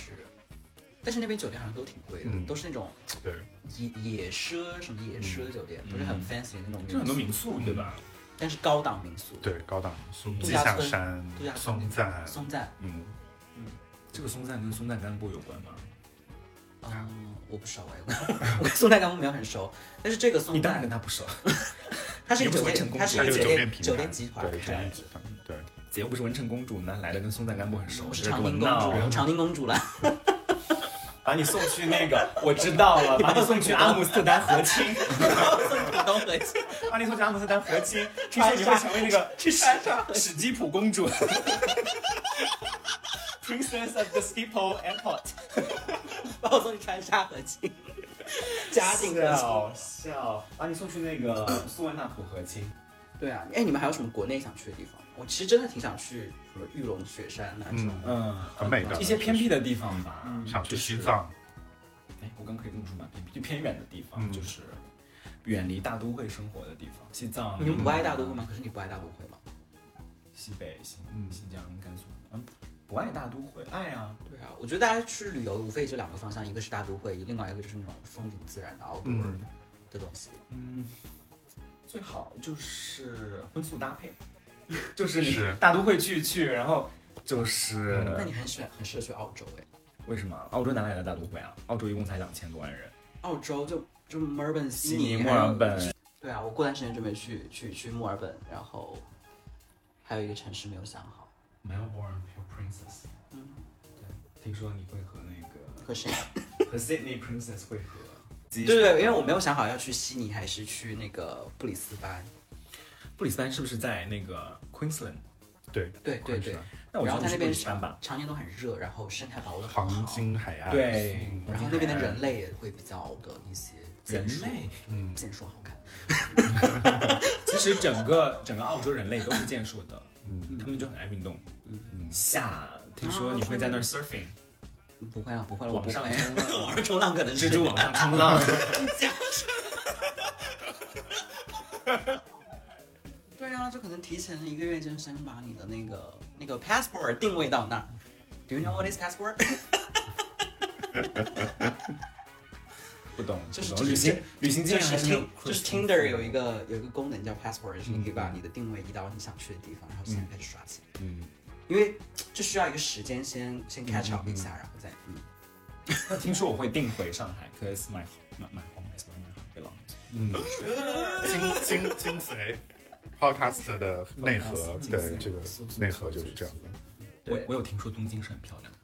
[SPEAKER 1] 但是那边酒店好像都挺贵的，
[SPEAKER 2] 嗯
[SPEAKER 1] 都是那种
[SPEAKER 2] 对，
[SPEAKER 1] 野野奢什么野奢酒
[SPEAKER 2] 嗯
[SPEAKER 1] 店，不是很 fancy 的那种民
[SPEAKER 3] 就
[SPEAKER 1] 宿，
[SPEAKER 3] 很多民宿对吧？
[SPEAKER 1] 但是高档民宿，
[SPEAKER 2] 对，高档民宿，
[SPEAKER 3] 嗯
[SPEAKER 2] 鸡下
[SPEAKER 1] 度假
[SPEAKER 2] 山
[SPEAKER 1] 度假、村
[SPEAKER 2] 松赞，
[SPEAKER 1] 松赞，
[SPEAKER 3] 嗯，这个松赞跟松赞干布有关吗？
[SPEAKER 1] 嗯，我不熟哎，我我跟 [laughs] 松赞干部没有很熟，但是这个
[SPEAKER 3] 你
[SPEAKER 1] 松
[SPEAKER 3] 当然
[SPEAKER 1] 赞
[SPEAKER 3] 跟他不熟，
[SPEAKER 1] 它是一个酒
[SPEAKER 3] 你
[SPEAKER 1] 店
[SPEAKER 3] 不是文成，公
[SPEAKER 1] 它
[SPEAKER 3] 司
[SPEAKER 1] 是
[SPEAKER 2] 它
[SPEAKER 1] 一
[SPEAKER 2] 是
[SPEAKER 1] 个
[SPEAKER 2] 个
[SPEAKER 1] 酒
[SPEAKER 2] 酒店
[SPEAKER 1] 店
[SPEAKER 2] 品牌，
[SPEAKER 1] 酒店集团
[SPEAKER 2] 对，酒
[SPEAKER 1] 开的
[SPEAKER 2] 店集团，对，
[SPEAKER 3] 姐又不是文成公主，哪来的跟松赞干布很熟？
[SPEAKER 1] 我是
[SPEAKER 3] 这
[SPEAKER 1] 长
[SPEAKER 3] 给
[SPEAKER 1] 宁公
[SPEAKER 3] 闹
[SPEAKER 1] 主，长宁公主啦，
[SPEAKER 3] [laughs]
[SPEAKER 1] [laughs]
[SPEAKER 3] 把你送去那个，我知道了，把你送去阿姆斯特丹和亲，
[SPEAKER 1] 股东回去，
[SPEAKER 3] 把你送去阿姆斯特丹和亲，听说你会成为那个
[SPEAKER 1] 去山上和
[SPEAKER 3] 史基普公
[SPEAKER 1] [laughs]
[SPEAKER 3] 主，Princess of the Schiphol Airport。
[SPEAKER 1] 把我送去川沙和亲，嘉定和亲，
[SPEAKER 3] 笑笑，把你送去那个苏万那普和亲。
[SPEAKER 1] 对啊，哎，你们还有什么国内想去的地方？我其实真的挺想去什么玉龙雪山啊这种，
[SPEAKER 2] 嗯，
[SPEAKER 3] 嗯，
[SPEAKER 2] 很美的
[SPEAKER 1] 嗯
[SPEAKER 3] 一些偏僻的地方吧。
[SPEAKER 2] 想去西藏，
[SPEAKER 3] 哎，我刚可以这么说嘛，偏就偏远的地方，
[SPEAKER 6] 嗯
[SPEAKER 3] 就是远离大都会生活的地方，西藏、
[SPEAKER 1] 你们不爱大都
[SPEAKER 3] 云
[SPEAKER 1] 会
[SPEAKER 3] 南
[SPEAKER 1] 吗？可是你不爱大都会吗？
[SPEAKER 3] 西北、新
[SPEAKER 6] 嗯
[SPEAKER 3] 新疆、甘肃，嗯，不爱大都会，爱啊，
[SPEAKER 1] 对啊，我觉得大家去旅游无非就两个方向，一个是大都会，另外一个就是那种风景自然的 outdoor
[SPEAKER 2] 嗯
[SPEAKER 1] 的东西。
[SPEAKER 3] 嗯，最好就是荤素搭配， [laughs] 就是嗯你
[SPEAKER 2] 是
[SPEAKER 3] 大都会去去，然后就是、
[SPEAKER 1] 那你很喜欢，很适合去澳洲哎。
[SPEAKER 3] 为什么澳洲哪来的大都会啊？澳洲一共才两千多万人，
[SPEAKER 1] 澳洲就就墨尔本、悉尼、
[SPEAKER 3] 墨尔。本，
[SPEAKER 1] 对啊，我过段时间准备去去去墨尔本，然后还有一个城市没有想好，
[SPEAKER 3] Melbourne Princess，
[SPEAKER 1] 嗯，
[SPEAKER 3] 对，听说你会和那个
[SPEAKER 1] 和谁？啊
[SPEAKER 3] 和 Sydney Princess 会合，对
[SPEAKER 1] 对对对，因为我没有想好要去悉尼还是去那个布里斯班。
[SPEAKER 3] 布里斯班是不是在那个 Queensland？
[SPEAKER 2] 对，
[SPEAKER 1] 对对对，
[SPEAKER 3] 那我
[SPEAKER 1] 然
[SPEAKER 3] 觉
[SPEAKER 1] 后
[SPEAKER 3] 得
[SPEAKER 1] 它
[SPEAKER 3] 是
[SPEAKER 1] 那
[SPEAKER 3] 布里
[SPEAKER 1] 边
[SPEAKER 3] 斯班吧，
[SPEAKER 1] 常年都很热，然后生态保护的很
[SPEAKER 2] 黄
[SPEAKER 1] 好。
[SPEAKER 2] 金海岸，
[SPEAKER 3] 对
[SPEAKER 2] 嗯
[SPEAKER 1] 然后那边的人类也会比较的一些
[SPEAKER 3] 人
[SPEAKER 1] 健硕
[SPEAKER 3] 类。
[SPEAKER 2] 嗯，
[SPEAKER 1] 健硕好看。
[SPEAKER 3] 其实整个整个澳洲人类都是健硕的，
[SPEAKER 2] 嗯
[SPEAKER 3] 他们就很爱运动。
[SPEAKER 1] 嗯
[SPEAKER 3] 嗯，下，听说你会在那儿 surfing，
[SPEAKER 1] 不会啊了，不会了，我
[SPEAKER 3] 往
[SPEAKER 1] 不
[SPEAKER 3] 上
[SPEAKER 1] 会。
[SPEAKER 3] 冲啊
[SPEAKER 1] [laughs]
[SPEAKER 3] 浪
[SPEAKER 1] 网上冲浪可能是啊
[SPEAKER 3] 蜘蛛 [laughs] 网上冲浪。
[SPEAKER 1] 对啊，就可能提前一个月就先把你的那个那个 passport 定位到那儿。Do you know what is passport？ [laughs]
[SPEAKER 3] 不懂，
[SPEAKER 1] 就是
[SPEAKER 3] 不懂旅行旅行
[SPEAKER 1] 就
[SPEAKER 3] 经
[SPEAKER 1] 是
[SPEAKER 3] 还没有
[SPEAKER 1] Tin 就是
[SPEAKER 3] Christmas
[SPEAKER 1] Tinder 有一个有一个功能叫 passport，就是你可以把你的定位移到你想去的地方，然后现在开始刷起来。
[SPEAKER 3] 嗯，
[SPEAKER 1] 因为就需要一个时间先先 catch up 一下，然后再嗯。
[SPEAKER 3] 那听说我会订回上海，cause my my my home is my home belongs。
[SPEAKER 1] [laughs]
[SPEAKER 2] 精精精髓，podcast 的内核，
[SPEAKER 3] Podcast
[SPEAKER 2] 对
[SPEAKER 3] 精髓
[SPEAKER 2] 这个内核就是这样的。
[SPEAKER 3] 我
[SPEAKER 1] 对
[SPEAKER 3] 我有听说东京是很漂亮的，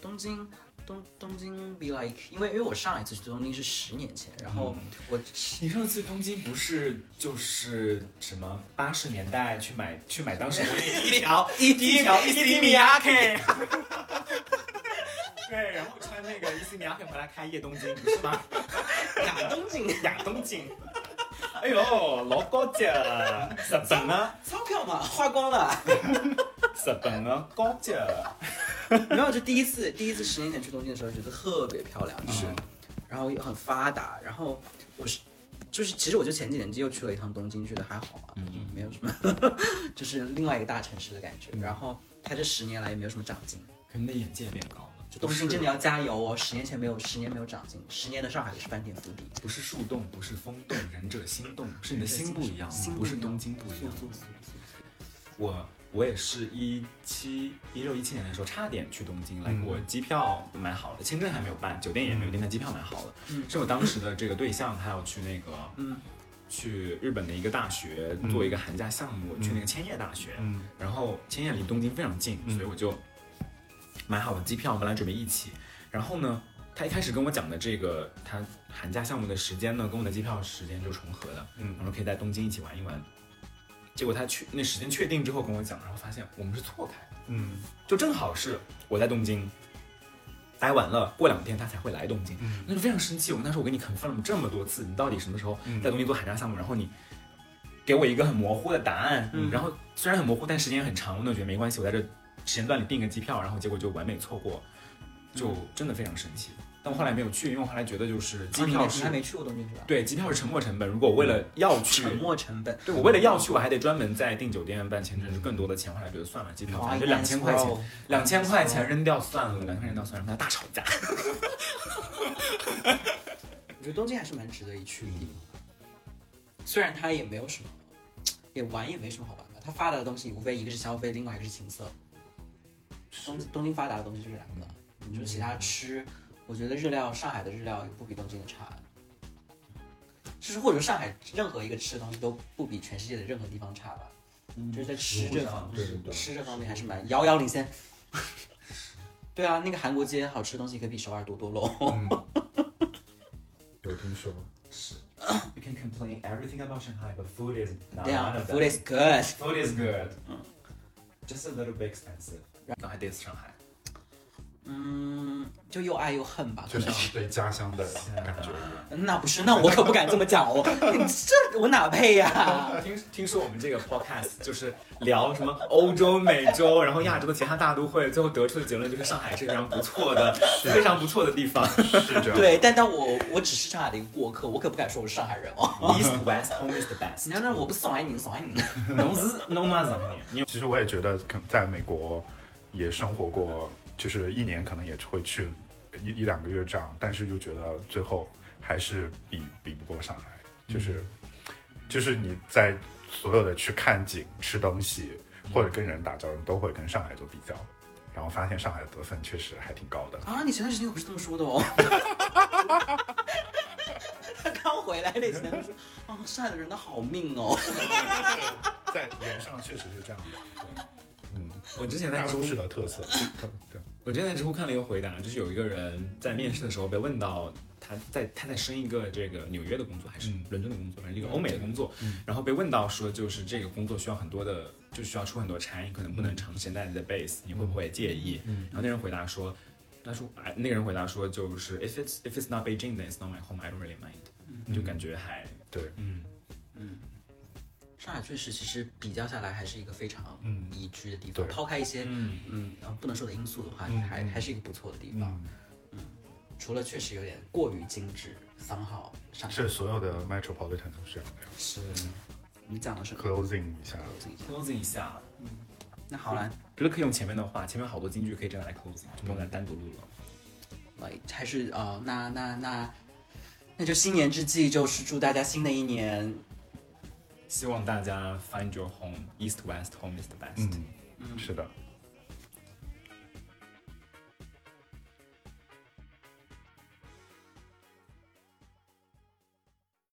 [SPEAKER 1] 东京，东东京 be like，因为因为我上一次去东京是十年前，然后
[SPEAKER 3] 嗯
[SPEAKER 1] 我
[SPEAKER 3] 你上次东京不是就是什么八十年代去买去买当时一条 [laughs] 一一条伊西米亚克，对，然后穿那个伊西米亚克回来开夜东京不是吗？
[SPEAKER 1] [laughs] 亚东京
[SPEAKER 3] 亚东京，哎呦，老高级了，日本啊，
[SPEAKER 1] 钞票嘛 [laughs] 花光了，
[SPEAKER 3] 日本啊，高级了，
[SPEAKER 1] 然后就第一次第一次十年前去东京的时候，觉得特别漂亮，就是，
[SPEAKER 3] 嗯
[SPEAKER 1] 然后也很发达，然后我是就是其实我就前几年就又去了一趟东京，觉得还好啊，嗯、没有什么， [laughs] 就是另外一个大城市的感
[SPEAKER 3] 嗯
[SPEAKER 1] 觉，然后它这十年来也没有什么长进。
[SPEAKER 3] 可能你的眼界变高了，
[SPEAKER 1] 就东京真的要加油哦！十年前没有，十年没有长进，十年的上海也是翻天覆地。
[SPEAKER 3] 不是树洞，不是风动，仁者心动，是你的心不一样，不是东京不一样。我我也是一七一六一七年的时候，差点去东京来过，机票买好了，签证还没有办，酒店也没有订，但机票买好了。是我当时的这个对象，他要去那个，
[SPEAKER 1] 嗯，
[SPEAKER 3] 去日本的一个大学做一个寒假项目，去那个千叶大学。
[SPEAKER 2] 嗯
[SPEAKER 3] 然后千叶离东京非常近，所以我就买好了机票，本来准备一起。然后呢，他一开始跟我讲的这个他寒假项目的时间呢，跟我的机票时间就重合的，
[SPEAKER 2] 嗯
[SPEAKER 3] 然后可以在东京一起玩一玩。结果他确那时间确定之后跟我讲，然后发现我们是错开的，
[SPEAKER 2] 嗯
[SPEAKER 3] 就正好是我在东京待完了，过两天他才会来东京，
[SPEAKER 2] 嗯
[SPEAKER 3] 那就非常生气。我跟他说，我跟你 confirm 这么多次，你到底什么时候
[SPEAKER 2] 嗯
[SPEAKER 3] 在东京做寒假项目？然后你给我一个很模糊的答案，
[SPEAKER 1] 嗯
[SPEAKER 3] 然后虽然很模糊，但时间很长，我都觉得没关系，我在这时间段里订个机票，然后结果就完美错过，就真的非常生气。但我后来没有去，因为我后来觉得就是机
[SPEAKER 1] 你
[SPEAKER 3] 票
[SPEAKER 1] 还你
[SPEAKER 3] 是、
[SPEAKER 1] 还没去过东京是吧？
[SPEAKER 3] 对机票是沉没成本，如果我为了要去。
[SPEAKER 1] 沉没成本。
[SPEAKER 3] 对我为了要去，我还得专门再订酒店、办签证，就更多的钱。后来觉得算了，机票反正就两千块钱，两千块钱扔掉算了，两千块钱扔掉算了，让他大吵架。
[SPEAKER 1] 我觉得东京还是蛮值得一去的地方，虽然它也没有什么，也玩也没什么好玩的。它发达的东西无非一个是消费，另外一个是情色。东东京发达的东西就是两个，你说其他吃，我觉得日料上海的日料也不比东京的差，就是或者上海任何一个吃的东西都不比全世界的任何地方差吧。就是在吃这
[SPEAKER 2] 嗯
[SPEAKER 1] 方
[SPEAKER 6] 对对对
[SPEAKER 1] 吃这方面还是蛮遥遥领先。对啊，那个韩国街好吃的东西可比首尔多多喽。
[SPEAKER 2] 有听说？
[SPEAKER 3] You can complain everything about Shanghai, but food is Mm. not one
[SPEAKER 1] Yeah,
[SPEAKER 3] of
[SPEAKER 1] 啊 food
[SPEAKER 3] them.
[SPEAKER 1] is good.
[SPEAKER 3] Food is good. Just a little bit expensive. 刚才 diss 上海，
[SPEAKER 1] 嗯，就又爱又恨吧，
[SPEAKER 2] 就
[SPEAKER 1] 可能
[SPEAKER 2] 是对家乡的感觉一样。
[SPEAKER 1] 那不是，那我可不敢这么讲
[SPEAKER 2] [laughs]
[SPEAKER 1] 哦，你这我哪配呀、
[SPEAKER 3] 啊听听说我们这个 podcast 就是聊什么欧洲、美洲，然后亚洲的其他大都会，最后得出的结论就是上海是个非常不错的、非常不错的地方。
[SPEAKER 2] 是这
[SPEAKER 1] [laughs]
[SPEAKER 2] 样，
[SPEAKER 1] 对，但但我我只是上海的一个过客，我可不敢说我是上海人
[SPEAKER 2] [laughs]
[SPEAKER 1] 哦。
[SPEAKER 3] East West home is the best，
[SPEAKER 1] 你看，那
[SPEAKER 3] [laughs]
[SPEAKER 1] 我不上海人，上海人。
[SPEAKER 3] 侬是侬嘛是啥人？你
[SPEAKER 2] 其实我也觉得，可能在美国也生活过，就是一年可能也会去一一两个月这样，但是就觉得最后还是比比不过上海，就是、就是你在所有的去看景、吃东西或者跟人打交道，你都会跟上海做比较，然后发现上海的得分确实还挺高的。
[SPEAKER 1] 啊，你前段时间可不是这么说的
[SPEAKER 2] [laughs]
[SPEAKER 1] 哦。他刚回来那几天就说：“啊，上海的人都好命哦。
[SPEAKER 2] 在人上确实是这样的，嗯，
[SPEAKER 3] 我之前在
[SPEAKER 2] 大
[SPEAKER 3] 知
[SPEAKER 2] 都
[SPEAKER 3] 乎
[SPEAKER 2] 市的特色，对，
[SPEAKER 3] 我之前在知乎看了一个回答，就是有一个人在面试的时候被问到他在他在升一个这个纽约的工作还是
[SPEAKER 2] 嗯
[SPEAKER 3] 伦敦的工作，反正一个欧美的工作，然后被问到说就是这个工作需要很多的，就需要出很多差，你可能不能长时间待在 base，你会不会介意？然后那人回答说，他说哎，那个人回答说就是 if it's if it's not Beijing then it's not my home I don't really mind，就感觉还
[SPEAKER 2] 对，
[SPEAKER 3] 嗯，”
[SPEAKER 1] 上海确实，其实比较下来还是一个非常
[SPEAKER 2] 嗯
[SPEAKER 1] 宜居的地方。
[SPEAKER 2] 对
[SPEAKER 1] 抛开一些
[SPEAKER 3] 嗯
[SPEAKER 1] 嗯呃不能说的因素的话，
[SPEAKER 2] 嗯
[SPEAKER 1] 还
[SPEAKER 2] 嗯
[SPEAKER 1] 还是一个不错的地方。
[SPEAKER 2] 嗯，
[SPEAKER 1] 除了确实有点过于精致，三号上海
[SPEAKER 2] 是所有的 metropolitan 都是这样的呀
[SPEAKER 1] 是。你讲的是
[SPEAKER 2] ，closing 一下。
[SPEAKER 3] closing 一下，
[SPEAKER 1] 那好了，
[SPEAKER 3] 觉得可以用前面的话，前面好多金句可以这样来 closing，就不用再单独录了。
[SPEAKER 1] 来还是呃，那那那，那就新年之际，就是祝大家新的一年，
[SPEAKER 3] 希望大家 find your home, east west home is the best、
[SPEAKER 2] 嗯，是的，